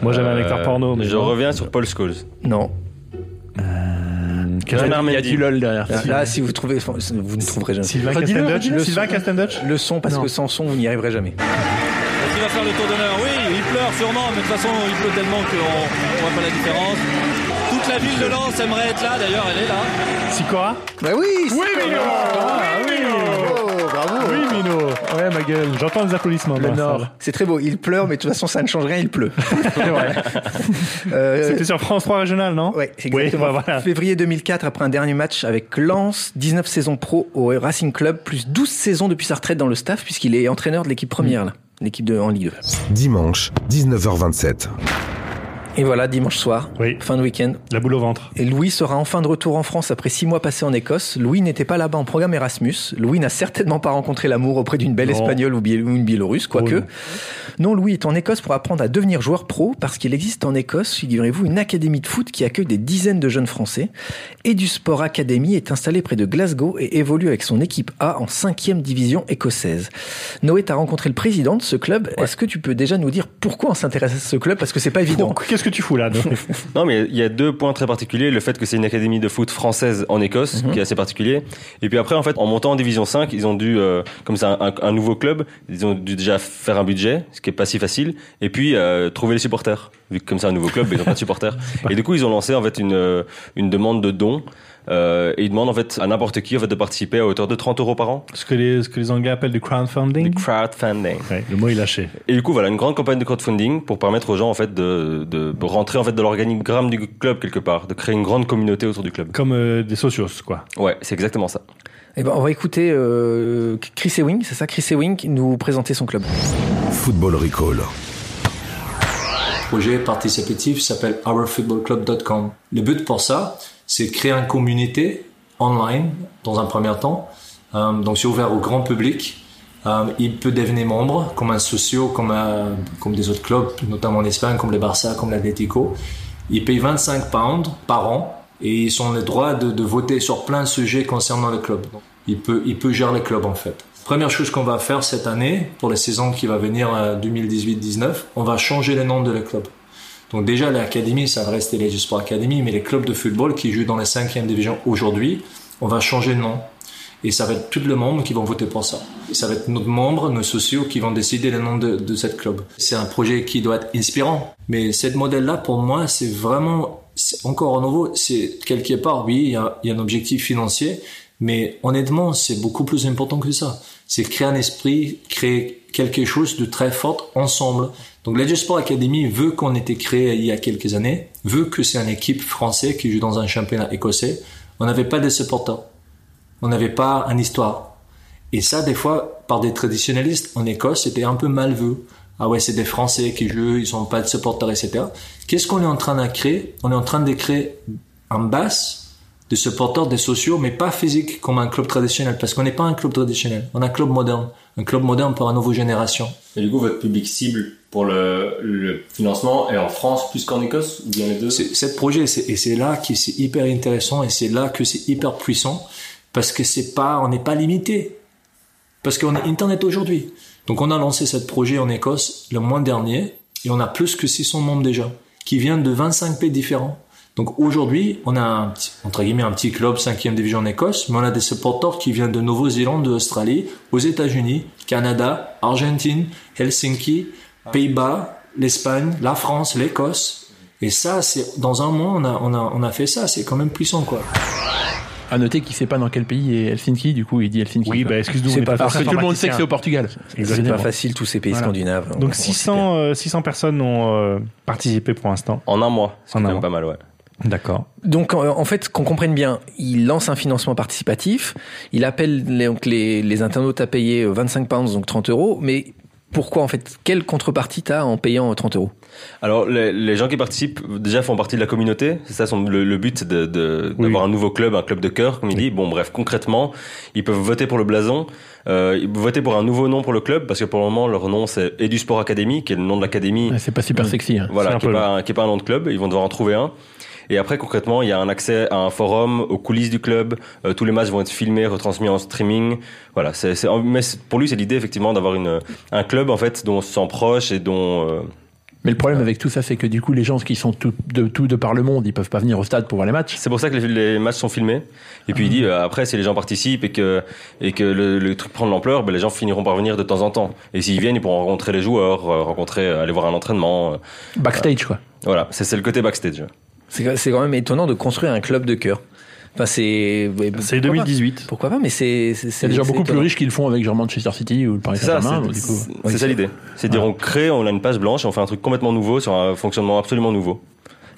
C: Moi j'avais un acteur
J: Euh,
C: porno. Mais
J: Je reviens sur Paul Scholes.
B: Non.
C: Quel-
J: Bernard
I: Il y a
J: Mendy.
I: du lol derrière.
B: Là, là, si vous trouvez, enfin, vous ne trouverez jamais.
C: Sylvain
I: Redis-le,
C: Castendutch.
I: redis-le.
C: Sylvain Castendutch.
B: Le son, parce que sans son, vous n'y arriverez jamais.
G: Est-ce qu'il va faire le tour d'honneur Oui, il pleure sûrement, mais de toute façon, il pleut tellement qu'on ne voit pas la différence. Toute la ville de Lens aimerait être là, d'ailleurs, elle est là.
C: Sikora
B: Bah oui c'est-
C: Oui,
I: Oh,
C: Mino Oui, Mino Ouais, ma gueule. J'entends des applaudissements.
I: Le
C: dans la
I: Nord.
C: salle.
B: C'est très beau, il pleure, mais de toute façon, ça ne change rien, il
C: [LAUGHS]
B: pleut. Euh,
C: C'était sur France 3 régional, non
B: Ouais, c'est exactement.
C: Oui, bah, voilà.
B: Février 2004, après un dernier match avec Lens, 19 saisons pro au Racing Club, plus 12 saisons depuis sa retraite dans le staff, puisqu'il est entraîneur de l'équipe
C: Mm.
B: première, là, l'équipe de, en Ligue 2.
D: Dimanche, 19h27.
B: Et voilà, dimanche soir,
C: Oui.
B: fin de week-end.
C: La boule au ventre.
B: Et Louis sera enfin de retour en France après six mois passés en Écosse. Louis n'était pas là-bas en programme Erasmus. Louis n'a certainement pas rencontré l'amour auprès d'une belle
C: Non.
B: espagnole ou bié- ou une biélorusse, quoique.
C: Oh
B: non, Louis est en Écosse pour apprendre à devenir joueur pro parce qu'il existe en Écosse, figurez-vous, une académie de foot qui accueille des dizaines de jeunes Français. Et du Sport Academy est installée près de Glasgow et évolue avec son équipe A en cinquième division écossaise. Noé, t'as rencontré le président de ce club. Est-ce que tu peux déjà nous dire pourquoi on s'intéresse à ce club Parce que c'est pas évident.
C: Donc, Qu'est-ce que tu fous là non
J: Non, mais il y a deux points très particuliers. Le fait que c'est une académie de foot française en Écosse, qui est assez particulier. Et puis après, en fait, en montant en Division 5, ils ont dû, euh, comme c'est un, un- un nouveau club, ils ont dû déjà faire un budget, ce qui est pas si facile. Et puis, euh, trouver les supporters. Vu que comme c'est un nouveau club, ils n'ont pas de supporters. Et du coup, ils ont lancé, en fait, une, euh, une demande de dons. euh, et ils demandent en fait à n'importe qui en fait de participer à hauteur de 30 euros par an.
C: Ce que les, ce que les Anglais appellent du crowdfunding.
J: Du crowdfunding.
C: Ouais, le mot est lâché.
J: Et du coup, voilà, une grande campagne de crowdfunding pour permettre aux gens en fait de, de rentrer en fait dans l'organigramme du club quelque part, de créer une grande communauté autour du club.
C: Comme euh, des socios, quoi.
J: Ouais, c'est exactement ça.
B: Eh ben, on va écouter euh, Chris Ewing, c'est ça Chris Ewing nous présenter son club.
D: Football Recall.
G: Le projet participatif s'appelle ourfootballclub.com. Le but pour ça, c'est de créer une communauté online dans un premier temps. Euh, donc c'est ouvert au grand public. Euh, il peut devenir membre comme un socio, comme, un, comme des autres clubs, notamment en Espagne, comme le Barça, comme l'Atlético. Il paye 25 pounds par an et ils ont le droit de, de, voter sur plein de sujets concernant le club. Donc, il peut, il peut gérer le club en fait. Première chose qu'on va faire cette année, pour la saison qui va venir euh, 2018-19, on va changer le nom de le club. Donc déjà, l'académie, ça va rester les Sport Academy, mais les clubs de football qui jouent dans la cinquième division aujourd'hui, on va changer le nom. Et ça va être tout le monde qui vont voter pour ça. Et ça va être nos membres, nos sociaux qui vont décider le nom de, de cette club. C'est un projet qui doit être inspirant. Mais cette modèle-là, pour moi, c'est vraiment encore à nouveau, c'est quelque part, oui, il y, a, il y a, un objectif financier, mais honnêtement, c'est beaucoup plus important que ça. C'est créer un esprit, créer quelque chose de très fort ensemble. Donc, la Sport Academy veut qu'on était créé il y a quelques années, veut que c'est une équipe française qui joue dans un championnat écossais. On n'avait pas de supporters. On n'avait pas une histoire. Et ça, des fois, par des traditionnalistes en Écosse, c'était un peu mal vu ah ouais, c'est des Français qui jouent, ils n'ont pas de supporters, etc. Qu'est-ce qu'on est en train de créer On est en train de créer en basse de supporters, des sociaux, mais pas physiques comme un club traditionnel, parce qu'on n'est pas un club traditionnel, on est un club moderne, un club moderne pour la nouvelle génération.
L: Et du coup, votre public cible pour le, le financement est en France plus qu'en Écosse ou bien les deux
G: C'est projet, et c'est là que c'est hyper intéressant et c'est là que c'est hyper puissant, parce que c'est pas, on n'est pas limité, parce qu'on a Internet aujourd'hui. Donc on a lancé ce projet en Écosse le mois dernier et on a plus que 600 membres déjà qui viennent de 25 pays différents. Donc aujourd'hui, on a un petit, entre guillemets un petit club 5e division en Écosse, mais on a des supporters qui viennent de Nouvelle-Zélande, d'Australie, aux États-Unis, Canada, Argentine, Helsinki, Pays-Bas, l'Espagne, la France, l'Écosse. Et ça, c'est dans un mois, on a, on a, on a fait ça. C'est quand même puissant, quoi.
I: À noter qu'il sait pas dans quel pays est Helsinki, du coup il dit Helsinki.
C: Oui, bah excuse-nous,
I: c'est pas facile. Tout le monde sait que c'est au Portugal.
B: C'est pas facile tous ces pays voilà. scandinaves.
J: Oh,
C: Donc on, 600, on 600 personnes ont euh, participé pour l'instant.
J: En un mois, c'est quand même mois. pas mal, ouais.
C: D'accord.
B: Donc en, en fait, qu'on comprenne bien, il lance un financement participatif, il appelle les, donc les, les internautes à payer 25 pounds, donc 30 euros, mais pourquoi en fait Quelle contrepartie t'as en payant 30 euros
J: Alors les, les, gens qui participent déjà font partie de la communauté. C'est ça son, le, le, but de, d'avoir oui. un nouveau club, un club de cœur, comme il oui. dit. Bon bref, concrètement, ils peuvent voter pour le blason, euh, ils peuvent voter pour un nouveau nom pour le club parce que pour le moment leur nom c'est et du Sport Academy, qui est le nom de l'académie.
I: Ah, c'est pas super sexy. Hein.
J: Voilà,
I: est
J: qui, est pas, un, qui est pas un nom de club. Ils vont devoir en trouver un. Et après, concrètement, il y a un accès à un forum, aux coulisses du club. Euh, tous les matchs vont être filmés, retransmis en streaming. Voilà. C'est, mais pour lui, c'est l'idée effectivement d'avoir une un club en fait dont on se sent proche et dont euh
I: mais le problème avec tout ça, c'est que du coup, les gens qui sont tout de, tout de par le monde, ils peuvent pas venir au stade pour voir les matchs.
J: C'est pour ça que les, les, matchs sont filmés. Et puis ah. il dit euh, après, si les gens participent et que et que le, le truc prend de l'ampleur, ben, les gens finiront par venir de temps en temps. Et s'ils viennent, ils pourront rencontrer les joueurs, euh, rencontrer, aller voir un entraînement.
I: Backstage, euh, quoi.
J: Voilà, c'est le côté backstage.
B: C'est quand même étonnant de construire un club de cœur. Enfin, c'est.
C: C'est 2018.
B: Pas. Pourquoi pas Mais c'est.
I: C'est déjà beaucoup plus riche qu'ils le font avec genre Manchester City ou le Paris Saint-Germain.
J: C'est ça l'idée. C'est dire on crée, on a une page blanche, et on fait un truc complètement nouveau sur un fonctionnement absolument nouveau.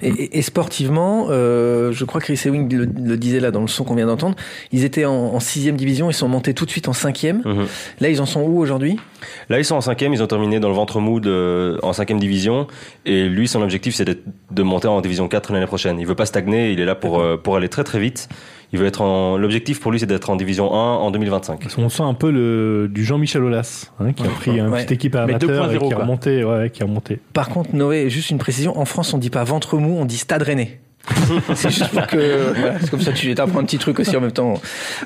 B: Et, et sportivement, euh, je crois que Chris Ewing le, le, disait là dans le son qu'on vient d'entendre, ils étaient en, 6 sixième division, ils sont montés tout de suite en cinquième. Mm -hmm. Là, ils en sont où aujourd'hui
J: Là, ils sont en cinquième, ils ont terminé dans le ventre mou de, en cinquième division. Et lui, son objectif, c'est de, de, monter en division 4 l'année prochaine. Il veut pas stagner, il est là pour, euh, pour aller très très vite. Il veut être en, l'objectif pour lui, c'est d'être en division 1 en 2025.
C: On sent un peu le, du Jean-Michel Aulas, hein, qui a pris ouais. une petite équipe à amateur et qui, a remonté, ouais, qui a remonté.
B: Par contre, Noé, juste une précision, en France, on dit pas ventre mou, on dit stade rennais. c'est juste pour que voilà, c'est comme ça tu t'apprends un petit truc aussi en même temps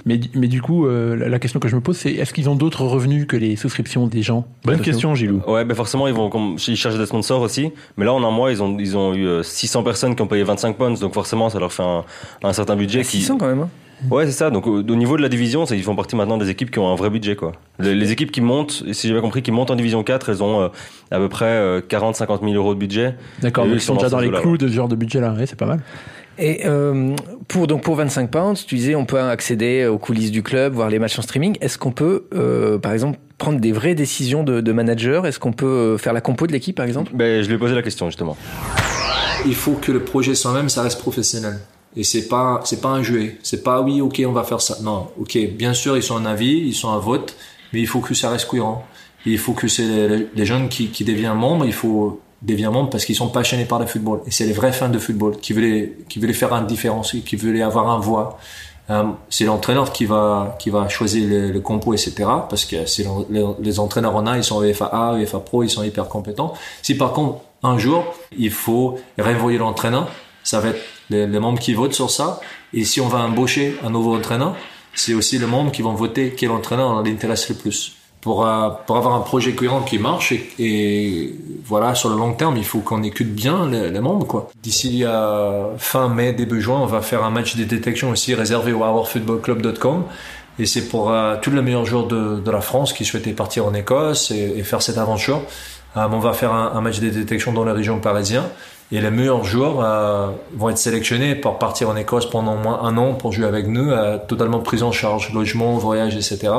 I: mais, mais du coup euh, la question que je me pose c'est est-ce qu'ils ont d'autres revenus que les souscriptions des gens
C: bonne question Gilou
J: ouais ben forcément ils vont ils cherchent des sponsors aussi mais là en un mois ils ont ils ont eu 600 personnes qui ont payé 25 pounds donc forcément ça leur fait un, un certain
C: Bah,
J: budget
B: 600 qui... quand même hein.
J: Ouais, c'est ça. Donc, au, au, niveau de la division, ils font partie maintenant des équipes qui ont un vrai budget, quoi. Les, les équipes qui montent, si j'ai bien compris, qui montent en division 4, elles ont euh, à peu près euh, 40-50 000 euros de budget.
I: D'accord, donc ils sont déjà dans les clous de ce genre de budget-là. Ouais, c'est pas mal.
B: Et euh, pour donc pour 25 pounds, tu disais on peut accéder aux coulisses du club, voir les matchs en streaming. Est-ce qu'on peut, euh, par exemple, prendre des vraies décisions de, de manager Est-ce qu'on peut euh, faire la compo de l'équipe, par exemple
J: ben, Je lui ai posé la question justement.
G: Il faut que le projet soi-même, ça reste professionnel. Et c'est pas, c'est pas un jouet. C'est pas oui, ok, on va faire ça. Non, ok, bien sûr, ils sont un avis, ils sont un vote, mais il faut que ça reste cohérent. Et il faut que c'est les, les jeunes qui, qui deviennent membres, il faut deviennent membres parce qu'ils sont passionnés par le football. Et c'est les vrais fans de football qui veulent qui veulent faire une différence, qui veulent avoir un voix. Euh, c'est l'entraîneur qui va qui va choisir le, le compo, etc. Parce que c'est le, les entraîneurs on a, ils sont UEFA A, UEFA Pro, ils sont hyper compétents. Si par contre un jour il faut renvoyer l'entraîneur, ça va être les, les membres qui votent sur ça. Et si on va embaucher un nouveau entraîneur, c'est aussi les membres qui vont voter quel entraîneur l'intéresse le plus. Pour, euh, pour, avoir un projet cohérent qui marche et, et, voilà sur le long terme il faut qu'on écoute bien les, les membres quoi d'ici à fin mai début juin on va faire un match de détection aussi réservé au hourfootballclub.com et c'est pour euh, tous les meilleurs joueurs de, de, la France qui souhaitaient partir en Écosse et, et faire cette aventure euh, on va faire un, un, match de détection dans la région parisienne et les meilleurs joueurs euh, vont être sélectionnés pour partir en Écosse pendant au moins un an pour jouer avec nous euh, totalement prise en charge logement voyage etc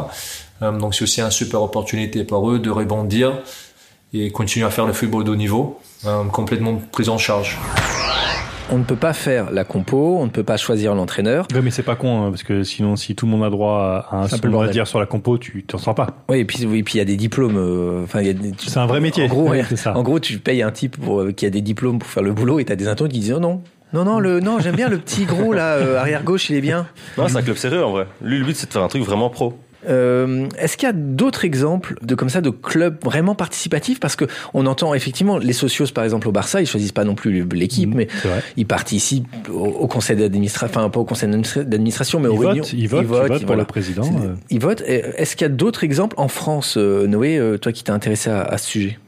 G: donc c'est aussi une super opportunité pour eux de rebondir et continuer à faire le football de haut niveau, euh, complètement pris en charge.
B: On ne peut pas faire la compo, on ne peut pas choisir l'entraîneur.
C: Oui, mais c'est pas con, hein, parce que sinon, si tout le monde a droit à un seul mot à dire sur la compo, tu t'en sors pas.
B: Oui, et puis oui, puis il y a des diplômes. Enfin, euh,
C: c'est un vrai métier.
B: En gros, ouais, ça. en gros, tu payes un type pour, euh, qui a des diplômes pour faire le boulot, et t'as des intons qui disent oh non, non, non, le, non, j'aime bien le petit gros là, euh, arrière gauche, il est bien.
J: Non, c'est un club sérieux en vrai. Lui, le but, c'est de faire un truc vraiment pro.
B: Euh, Est-ce qu'il y a d'autres exemples de comme ça de clubs vraiment participatifs Parce que on entend effectivement les socios par exemple au Barça, ils choisissent pas non plus l'équipe, mmh, mais ils participent au, au conseil d'administration, enfin pas au conseil d'administration, mais aux
C: ils
B: réunions.
C: Bah, Ils votent, ils votent, ils votent, ils votent pour voilà. le président. Est,
B: euh... Ils votent. Est-ce qu'il y a d'autres exemples en France, euh, Noé, toi qui t'es intéressé à, à ce sujet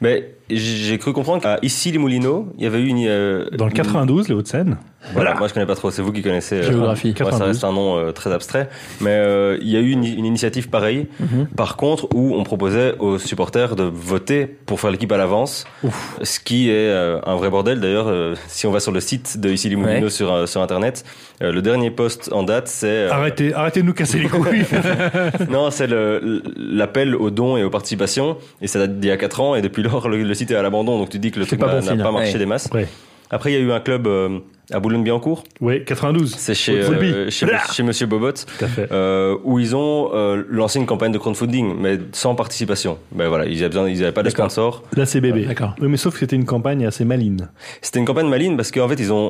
J: mais j'ai cru comprendre qu'à ici les Moulineaux, il y avait une euh,
C: dans le 92 les Hauts-de-Seine.
J: Voilà, voilà, moi je connais pas trop, c'est vous qui connaissez. Euh,
C: Géographie.
J: Moi, ça reste un nom euh, très abstrait, mais il y a eu une, une initiative pareille. Mm -hmm. Par contre, où on proposait aux supporters de voter pour faire l'équipe à l'avance, ce qui est euh, un vrai bordel. D'ailleurs, euh, si on va sur le site de ici les Moulineaux ouais. sur sur internet, euh, le dernier post en date c'est
C: arrêtez arrêtez de nous casser les
J: [LAUGHS]
C: couilles.
J: non, c'est l'appel aux dons et aux participations et ça date d'il y a 4 ans et depuis lors le, le site à l'abandon, donc tu dis que le truc n'a pas, bon
I: hein.
J: pas, marché ouais. des masses. Ouais. Après, il y a eu un club euh, à Boulogne-Biancourt.
C: Oui, 92.
J: C'est chez, euh, chez, chez, Monsieur Bobot. Tout à fait. Euh, où ils ont lancé une campagne de crowdfunding, mais sans participation. Ben voilà, ils n'avaient pas de sponsor.
C: Là, c'est
J: Ah,
C: bébé. D'accord. Oui, mais sauf que c'était une campagne assez maline.
J: C'était une campagne maline parce qu'en fait, ils ont,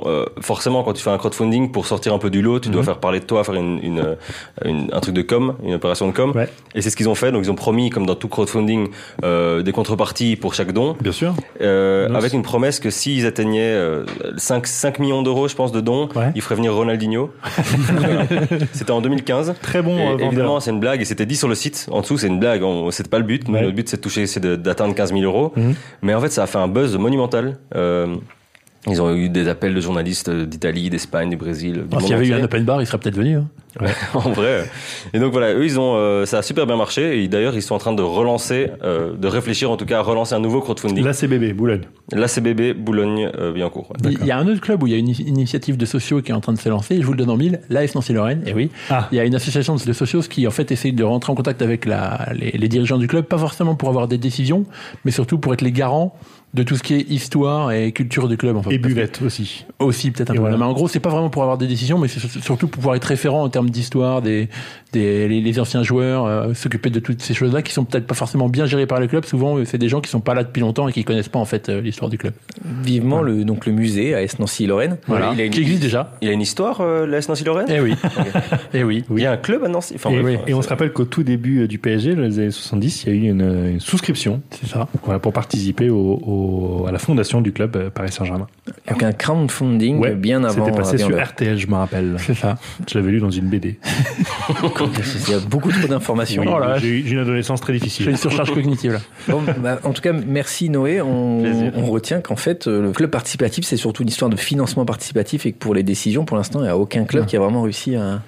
J: forcément, quand tu fais un crowdfunding, pour sortir un peu du lot, tu mm -hmm. dois faire parler de toi, faire une, une, une, un truc de com, une opération de com. Ouais. Et c'est ce qu'ils ont fait. Donc, ils ont promis, comme dans tout crowdfunding, euh, des contreparties pour chaque don.
C: Bien sûr.
J: Non, Euh, avec une promesse que s'ils atteignaient
G: euh,
J: 5, 5 millions d'euros, je pense, de dons. Ouais. Il ferait venir Ronaldinho. c'était en 2015.
C: Très bon. euh,
J: Et,
C: vendeur.
J: évidemment, c'est une blague et c'était dit sur le site. En dessous, c'est une blague. C'est pas le but. Ouais. Notre but, c'est de toucher, c'est d'atteindre 15 000 euros.
C: Mhm.
J: Mm -hmm. Mais en fait, ça a fait un buzz monumental. Euh, ils ont eu des appels de journalistes d'Italie, d'Espagne, du Brésil.
I: S'il y avait eu un open bar, ils seraient peut-être venus. Hein.
J: Ouais, en vrai. Et donc voilà, eux, ils ont, euh, ça a super bien marché. Et d'ailleurs, ils sont en train de relancer, euh, de réfléchir en tout cas à relancer un nouveau crowdfunding.
C: L'ACBB, Boulogne.
J: L'ACBB, Boulogne-Biancourt.
I: Euh, ouais. Il y a un autre club où il y a une initiative de sociaux qui est en train de se lancer. Je vous le donne en mille. L'AS Nancy-Lorraine. Et eh oui. Ah. Il y a une association de sociaux qui, en fait, essaye de rentrer en contact avec la, les, les dirigeants du club, pas forcément pour avoir des décisions, mais surtout pour être les garants de tout ce qui est histoire et culture du club. Enfin,
C: et buvette aussi.
I: Aussi peut-être un peu. Voilà. Mais en gros, c'est pas vraiment pour avoir des décisions, mais c'est surtout pour pouvoir être référent en termes d'histoire des, des les, les anciens joueurs, euh, s'occuper de toutes ces choses-là qui sont peut-être pas forcément bien gérées par le club. Souvent, c'est des gens qui sont pas là depuis longtemps et qui connaissent pas en fait euh, l'histoire du club.
B: Vivement voilà. le donc le musée à S Nancy Lorraine,
I: voilà. il a une, qui existe déjà.
J: Il a une histoire euh, la S Nancy Lorraine.
I: Eh oui. eh oui.
J: Il y a un club à Nancy. Enfin,
C: et, bref, Eh oui. et on se rappelle qu'au tout début euh, du PSG, dans les années 70, il y a eu une, une souscription.
I: C'est ça.
C: Voilà pour participer au, au à la fondation du club euh, Paris Saint-Germain.
B: Donc un crowdfunding ouais, bien avant.
C: C'était
J: euh,
C: passé sur RTL, je me rappelle.
I: C'est ça.
C: Je l'avais lu dans une BD.
B: Il y a beaucoup trop d'informations.
C: Oui, oh j'ai eu une adolescence très difficile.
I: J'ai une surcharge cognitive là.
B: Bon, bah, en tout cas, merci Noé. On, on retient qu'en fait,
H: euh,
B: le club participatif, c'est surtout une histoire de financement participatif et que pour les décisions, pour l'instant, il n'y a aucun club ouais. qui a vraiment réussi à,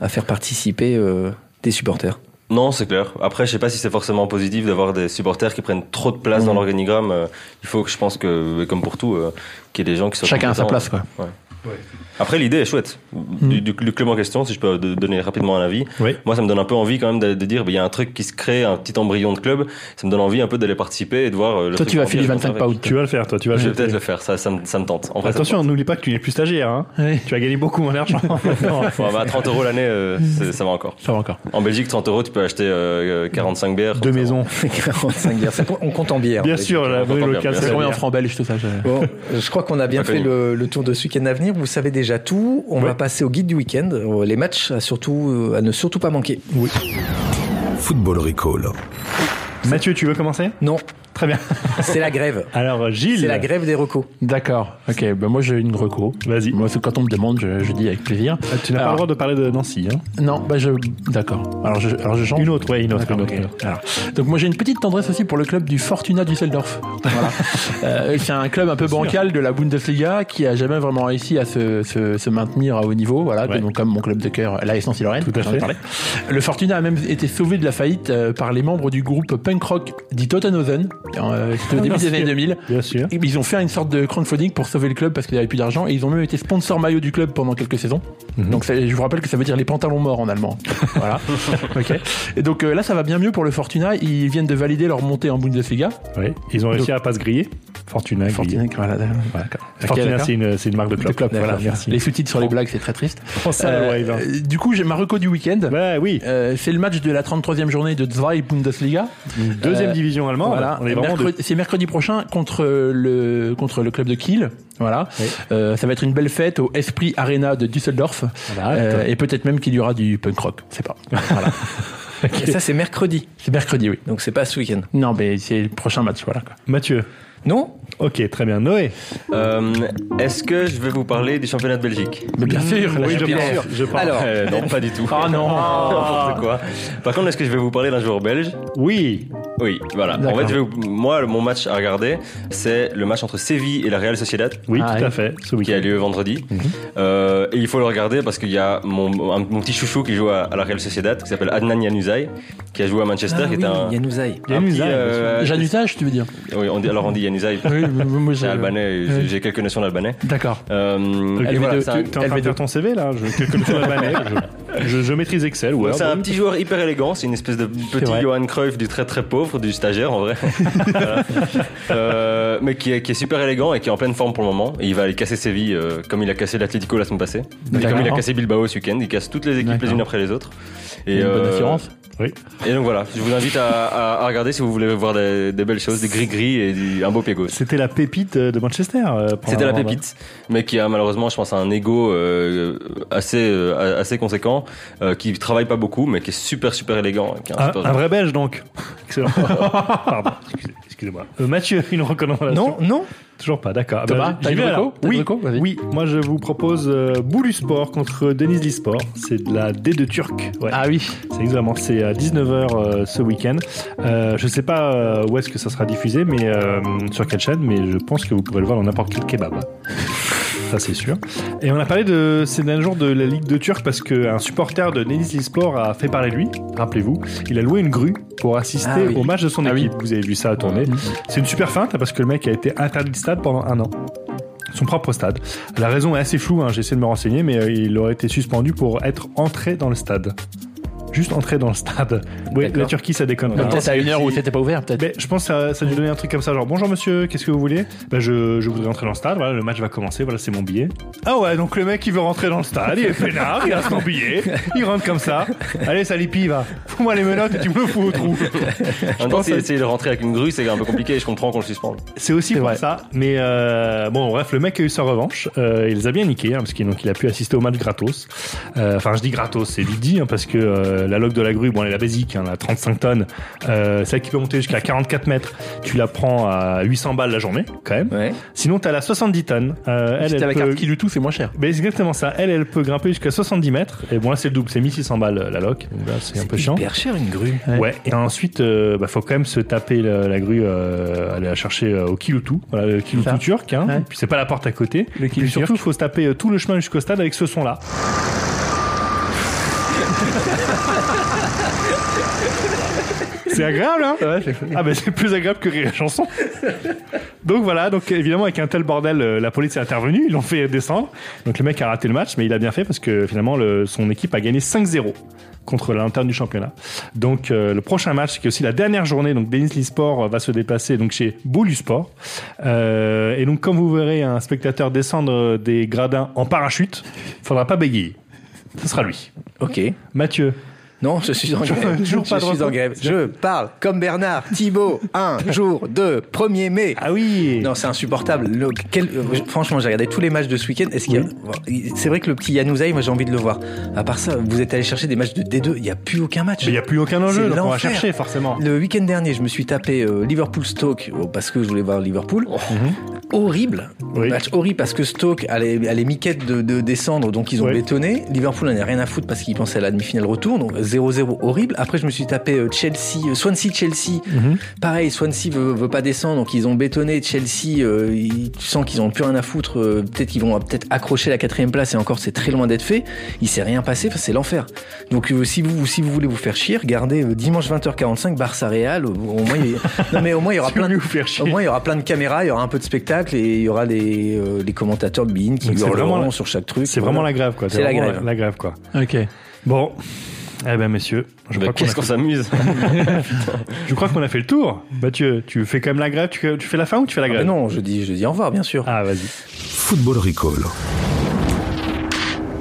B: à faire participer euh, des supporters.
J: Non, c'est clair. Après, je sais pas si c'est forcément positif d'avoir des supporters qui prennent trop de place mmh.
G: Euh,
J: dans l'organigramme. Il faut que je pense que, comme pour tout, qu'il y ait des gens qui soient.
I: Chacun à sa place, quoi.
J: Ouais.
G: Après, l'idée est chouette. Du, du- du club en question, si je peux de- donner rapidement un avis,
C: Oui.
G: moi, ça me donne un peu envie quand même de, de dire, bah, il y a un truc qui se crée, un petit embryon de club. Ça me donne envie un peu d'aller participer et de voir. euh, le
B: Toi,
G: truc
B: tu vas
G: grandir,
B: filer
G: je pense,
B: 25
G: avec.
B: pounds.
C: Tu vas le faire, toi, tu vas le
G: Je vais
C: faire.
G: peut-être le faire, ça, ça, me, ça me tente. En vrai, ça me
C: Attention, n'oublie pas que tu n'es plus stagiaire. hein. Tu as gagné beaucoup en argent.
H: Oh,
C: [LAUGHS] maintenant.
G: Ouais, bah, à
H: [LAUGHS]
G: 30 euros l'année, euh, c'est- ça va encore.
B: Ça va encore.
G: En Belgique, 30 euros, tu peux acheter euh, euh, 45 bières.
C: Deux maisons.
H: 45 bières. C'est- On compte en bière.
C: Bien
G: Belgique,
C: sûr, la
G: on
C: monnaie
G: entend bien,
C: locale,
G: bien
C: c'est
G: sûr.
C: la
B: Combien en
C: bière.
B: francs belges, tout ça je-
H: Bon, je crois qu'on a bien
G: Pas
H: fait
G: connu.
H: le, le tour de ce week-end à venir. Vous savez déjà tout. On va passer au guide du week-end. Euh, Les matchs à, surtout, euh, à ne surtout pas manquer. Oui.
D: Football Recall.
C: Mathieu, tu veux commencer
H: Non,
C: Très bien.
H: c'est la grève.
C: Alors,
H: C'est
C: Gilles,
H: la grève des recos.
B: D'accord. Ok. Ben moi j'ai une reco.
C: Vas-y. Ah,
B: Moi c'est quand on me demande, je, je dis avec plaisir.
C: tu n'as pas
B: Alors,
C: le droit de parler de Nancy. hein.
B: Non, bah je. D'accord. Alors je, alors je change.
C: Une autre, ouais, une autre.
B: D'accord,
C: une autre,
B: ok.
C: une autre.
B: Alors, donc moi j'ai une petite tendresse aussi pour le club du Fortuna Düsseldorf. Voilà. Euh, c'est un club un peu bancal de la Bundesliga qui a jamais vraiment réussi à se, se- se maintenir à haut niveau. Voilà,
C: Ouais.
B: donc comme mon club de cœur, la Essence Lorraine.
C: Tout à
B: j'en ai
C: fait.
B: parlé. Le Fortuna a même été sauvé de la faillite euh, par les membres du groupe punk rock dit Tottenhausen. Euh, C'était au début des
C: Bien
B: années
C: sûr.
B: 2000.
C: Ah, Bien sûr.
B: Et Ils ont fait une sorte de crowdfunding pour sauver le club parce qu'il n'y avait plus d'argent et ils ont même été sponsor maillot du club pendant quelques saisons.
C: Mhm.
B: Donc ça- je vous rappelle que ça veut dire les pantalons morts en
C: [LAUGHS]
B: allemand. voilà. Ok. Et donc euh, là ça va bien mieux pour le Fortuna. Ils viennent de valider leur montée en Bundesliga.
C: Oui. Ils ont réussi à pas se griller. Fortuna. grillée.
B: Fortuna, voilà, d'accord. Ok,
C: Fortuna,
B: d'accord.
C: c'est une, c'est une marque de club.
B: De clope, voilà.
C: merci.
B: Les sous-titres sur les blagues, c'est très triste.
C: Prends ça,
B: Euh,
C: Loïv, hein.
B: euh, du coup, j'ai Marocco du week-end.
C: Bah oui.
B: Euh, c'est le match de la 33e journée de Zweite Bundesliga.
C: Deuxième
B: Euh,
C: division allemande.
B: Voilà,
C: On est vraiment
B: Mercredi-
C: deux.
B: c'est mercredi prochain contre le contre le club de Kiel. Voilà, Euh, ça va être une belle fête au Esprit Arena de Düsseldorf
C: bah, arrête.
B: Euh, et peut-être même qu'il y aura du punk rock. C'est pas. Voilà.
H: [LAUGHS] Et ça, c'est mercredi.
B: C'est mercredi, oui.
H: Donc, c'est pas ce week-end.
B: Non, mais c'est le prochain match, voilà. Quoi.
C: Mathieu.
H: Non
C: Ok, très bien. Noé.
G: Euh, Est-ce que je vais vous parler du championnat de Belgique
B: Mais bien sûr,
C: Oui,
B: oui,
C: je
B: bien
C: pense.
B: sûr.
C: Je pense.
H: Alors,
G: Euh, Non, pas du tout.
B: Ah non.
G: N'importe quoi. Par contre, est-ce que je vais vous parler d'un joueur belge
C: Oui.
G: Oui, voilà. En
B: D'accord.
G: fait, je vais vous- moi, le- mon match à regarder, c'est le match entre Séville et la Real Sociedad.
C: Oui,
B: Ah,
C: tout
B: oui.
C: à fait. Ce
G: qui a
C: week-end.
G: lieu vendredi. Euh, et il faut le regarder parce qu'il y a mon, un- mon petit chouchou qui joue à, à la Real Sociedad, qui s'appelle Adnan Yanuzay, qui a joué à Manchester,
H: Ah
G: qui
H: oui,
G: est un...
H: Yanouzaï.
G: un petit,
C: Yanuzay,
G: euh,
B: Jean Usage, tu veux dire
G: oui, on dit- alors on dit Yanuzay,
B: Oui, moi
G: c'est albanais, et
H: Euh,
G: j'ai- j'ai quelques notions d'albanais.
B: D'accord.
G: Euh, et
C: LV2,
G: voilà, c'est un-
C: tu- T'es en train de faire ton CV là Je, que- comme tu l'as banné,
G: [LAUGHS]
C: je, je- je maîtrise Excel. Word.
G: c'est un petit joueur hyper élégant, c'est une espèce de petit
B: vrai.
G: Johan Cruyff du très très pauvre, du stagiaire
C: [LAUGHS]
G: en vrai. Voilà. Euh, mais qui est, qui est super élégant et qui est en pleine forme pour le moment. Et il va aller casser Séville euh, comme il a cassé l'Atlético la semaine passée. Et
B: D'accord.
G: comme il a cassé Bilbao ce week-end, il casse toutes les équipes les
B: D'accord.
G: unes après les autres. Et,
B: Une bonne
G: euh,
B: assurance.
C: Oui.
G: et donc voilà, je vous invite à, à- à regarder si vous voulez voir des, des belles choses, des gris-gris et du- un beau pied gauche.
C: C'était la pépite euh, de Manchester. euh, pendant
G: C'était la
C: moment,
G: pépite, mais qui a malheureusement, je pense, un ego euh, assez euh, assez conséquent, euh, qui travaille pas beaucoup, mais qui est super super élégant. qui est un
B: hein,
C: là.
G: super
C: Un, un vrai belge donc. [LAUGHS]
B: [LAUGHS]
C: Excellent. Pardon, excusez- excusez-moi. Euh, Mathieu, une recommandation.
H: Non, non.
C: Toujours pas, d'accord.
B: Thomas,
C: Ah ben,
B: t'as
C: j'y
B: une
C: vais,
B: reco
C: alors.
B: T'as une
C: Oui,
B: reco Vas-y.
C: oui, moi je vous propose euh, Boulu Sport contre Denise Lisport. C'est de la D2 turque. Ouais.
B: Ah oui.
C: C'est exactement, c'est à 19h euh, ce week-end. Euh, je sais pas euh, où est-ce que ça sera diffusé, mais euh, sur quelle chaîne, mais je pense que vous pourrez le voir dans n'importe quel kebab. Ça c'est sûr. Et on a parlé de ces derniers jours de la Ligue de Turc parce qu'un supporter de Denizli Sport a fait parler de lui, rappelez-vous. Il a loué une grue pour assister
H: Ah oui.
C: au match de son
B: Ah oui. Ah
C: équipe. Vous avez vu ça à tourner. C'est une super feinte parce que le mec a été interdit de stade pendant un an. Son propre stade. La raison est assez floue, hein, j'ai essayé de me renseigner, mais euh, il aurait été suspendu pour être entré dans le stade. Juste entré dans le stade. Oui,
H: D'accord.
C: la Turquie, ça déconne. pas.
B: Peut-être à une heure où c'était pas ouvert, peut-être.
C: Mais je pense que ça, ça a dû donner un truc comme ça, genre bonjour monsieur, qu'est-ce que vous voulez ben, je, je voudrais entrer dans le stade, voilà, le match va commencer, voilà, c'est mon billet. Ah ouais, donc le mec il veut rentrer dans le stade, il est peinard, il a son billet, il rentre comme ça. Allez, salipi, va, fous-moi les menottes et tu me le fous au trou.
G: En même temps,
C: pense
G: si
C: à-
G: essayer de rentrer avec une grue, c'est un peu compliqué et je comprends qu'on le suspende.
C: C'est aussi pour
B: vrai.
C: ça, mais euh, bon, bref, le mec a eu sa revanche, euh, il les a bien niqués, hein, parce qu'il donc, il a pu assister au match gratos. Euh, Enfin, je dis gratos, c'est vite dit, hein, parce que euh, la log de la grue, bon, elle est la basique, hein, la 35 tonnes, euh, celle qui peut monter jusqu'à 44 mètres, tu la prends à 800 balles la journée, quand même.
H: Ouais.
C: Sinon, t'as la 70 tonnes. Euh, elle,
B: Si
C: elle
B: t'as la
C: peut-
B: carte qui lui tout, c'est moins cher.
C: Mais c'est exactement ça. Elle, elle peut grimper jusqu'à 70 mètres. Et bon, là, c'est le double. C'est 1600 balles euh, la loc. Donc là, c'est un peu chiant.
H: Hyper cher une grue.
C: Ouais. Et ensuite, euh, bah, faut quand même se taper le- la grue, euh, aller la chercher euh, au Kiloutou. Voilà, le
B: Ça.
C: Kiloutou turc. Hein.
B: Ouais.
C: Puis c'est pas la porte à côté.
B: Le
C: Puis
B: Kiloutou
C: surtout, faut se taper euh, tout le chemin jusqu'au stade avec ce son-là. C'est agréable, hein Ah ben c'est plus agréable que rire la chanson. Donc voilà, donc évidemment avec un tel bordel, euh, la police est intervenue, ils l'ont fait descendre. Donc le mec a raté le match, mais il a bien fait parce que finalement le- son équipe a gagné 5-0 contre la lanterne du championnat. Donc euh, le prochain match, qui est aussi la dernière journée, donc Denis Lisport euh, va se déplacer donc chez Boulu Sport. Euh, et donc comme vous verrez un spectateur descendre des gradins en parachute, faudra pas bégayer. Ce sera lui.
B: Ok.
C: Mathieu.
B: Non, je suis en grève.
C: Toujours pas
B: je
C: de
B: suis en
C: repos.
B: grève. Je parle comme Bernard Thibault. Un jour de 1er mai.
C: Ah oui.
B: Non, c'est insupportable. Le- quel- euh, franchement, j'ai regardé tous les matchs de ce week-end. Est-ce qu'il y a- C'est vrai que le petit Yanouzaï, moi j'ai envie de le voir. À part ça, vous êtes allé chercher des matchs de D2. Il n'y a plus aucun match.
C: Mais il n'y a plus aucun enjeu,
B: C'est
C: donc on va
B: l'enfer.
C: chercher forcément.
B: Le week-end dernier, je me suis tapé euh, Liverpool Stoke euh, parce que je voulais voir Liverpool.
C: Oh.
B: Horrible, match horrible parce que Stoke allait, allait miquette de, de descendre, donc ils ont bétonné. Liverpool n'en a rien à foutre parce qu'ils pensaient à la demi-finale retour, donc 0-0 horrible. Après, je me suis tapé euh, Chelsea, euh, Swansea Chelsea.
C: Mhm.
B: Pareil, Swansea veut, veut pas descendre, donc ils ont bétonné Chelsea. euh, ils- tu sens qu'ils ont plus rien à foutre. euh, peut-être qu'ils vont euh, peut-être accrocher la quatrième place et encore, c'est très loin d'être fait. Il s'est rien passé, enfin, c'est l'enfer. Donc euh, si vous si vous voulez vous faire chier, regardez euh, dimanche 20h45 Barça Real. euh, Au moins,
C: [LAUGHS]
B: il y a- non mais au moins il y aura plein de au moins il y aura plein de caméras, il y aura un peu de spectacle et il y aura les, euh, les commentateurs de BIN qui
C: Donc, c'est
B: hurleront
C: vraiment la-
B: sur chaque truc.
C: C'est vraiment la grève, quoi.
B: C'est la
C: vraiment
B: grève.
C: La grève, quoi.
I: Ok.
C: Bon. Eh ben, messieurs, je
J: Bah,
C: crois
J: qu'est-ce
C: qu'on a
J: qu'on
C: fait- [LAUGHS]
J: s'amuse [LAUGHS]
C: Je crois qu'on a fait le tour. Mathieu, tu fais quand même la grève tu, tu fais la fin ou tu fais la
I: Ah, ben
C: grève
B: Ah ben Non, je dis, je dis au revoir, bien sûr.
C: Ah, vas-y.
B: Football Recall.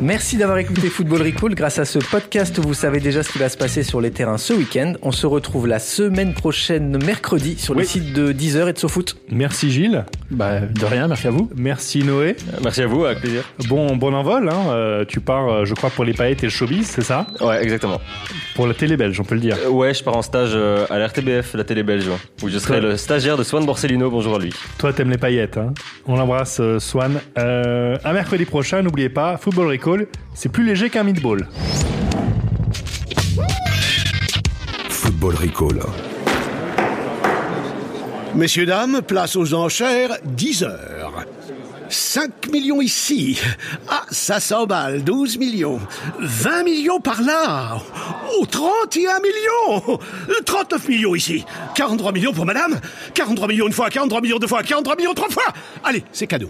B: Merci d'avoir écouté Football Recall. Grâce à ce podcast, vous savez déjà ce qui va se passer sur les terrains ce week-end. On se retrouve la semaine prochaine, mercredi, sur le site de Deezer et de SoFoot.
C: Merci Gilles.
I: Bah, de rien, merci à vous.
C: Merci Noé.
J: Merci à vous, avec plaisir.
C: Bon, bon envol, hein. Euh, tu pars, euh, je crois, pour les paillettes et le showbiz, c'est ça
J: Ouais, exactement.
C: Pour la télé belge, on peut le dire.
J: Euh, ouais, je pars en stage euh, à la RTBF, la télé belge, ouais, où je serai
C: Toi-
J: le stagiaire de Swan Borsellino. Bonjour à lui.
C: Toi, t'aimes les paillettes, hein. On l'embrasse, euh, Swan. Euh, à mercredi prochain, n'oubliez pas, Football Recall, c'est plus léger qu'un meatball.
D: Football Recall.
M: Messieurs, dames, place aux enchères, 10 heures. 5 millions ici. Ah, ça s'emballe, 12 millions. 20 millions par là. Oh, 31 millions. 39 millions ici. 43 millions pour madame. 43 millions une fois, 43 millions deux fois, 43 millions trois fois. Allez, c'est cadeau.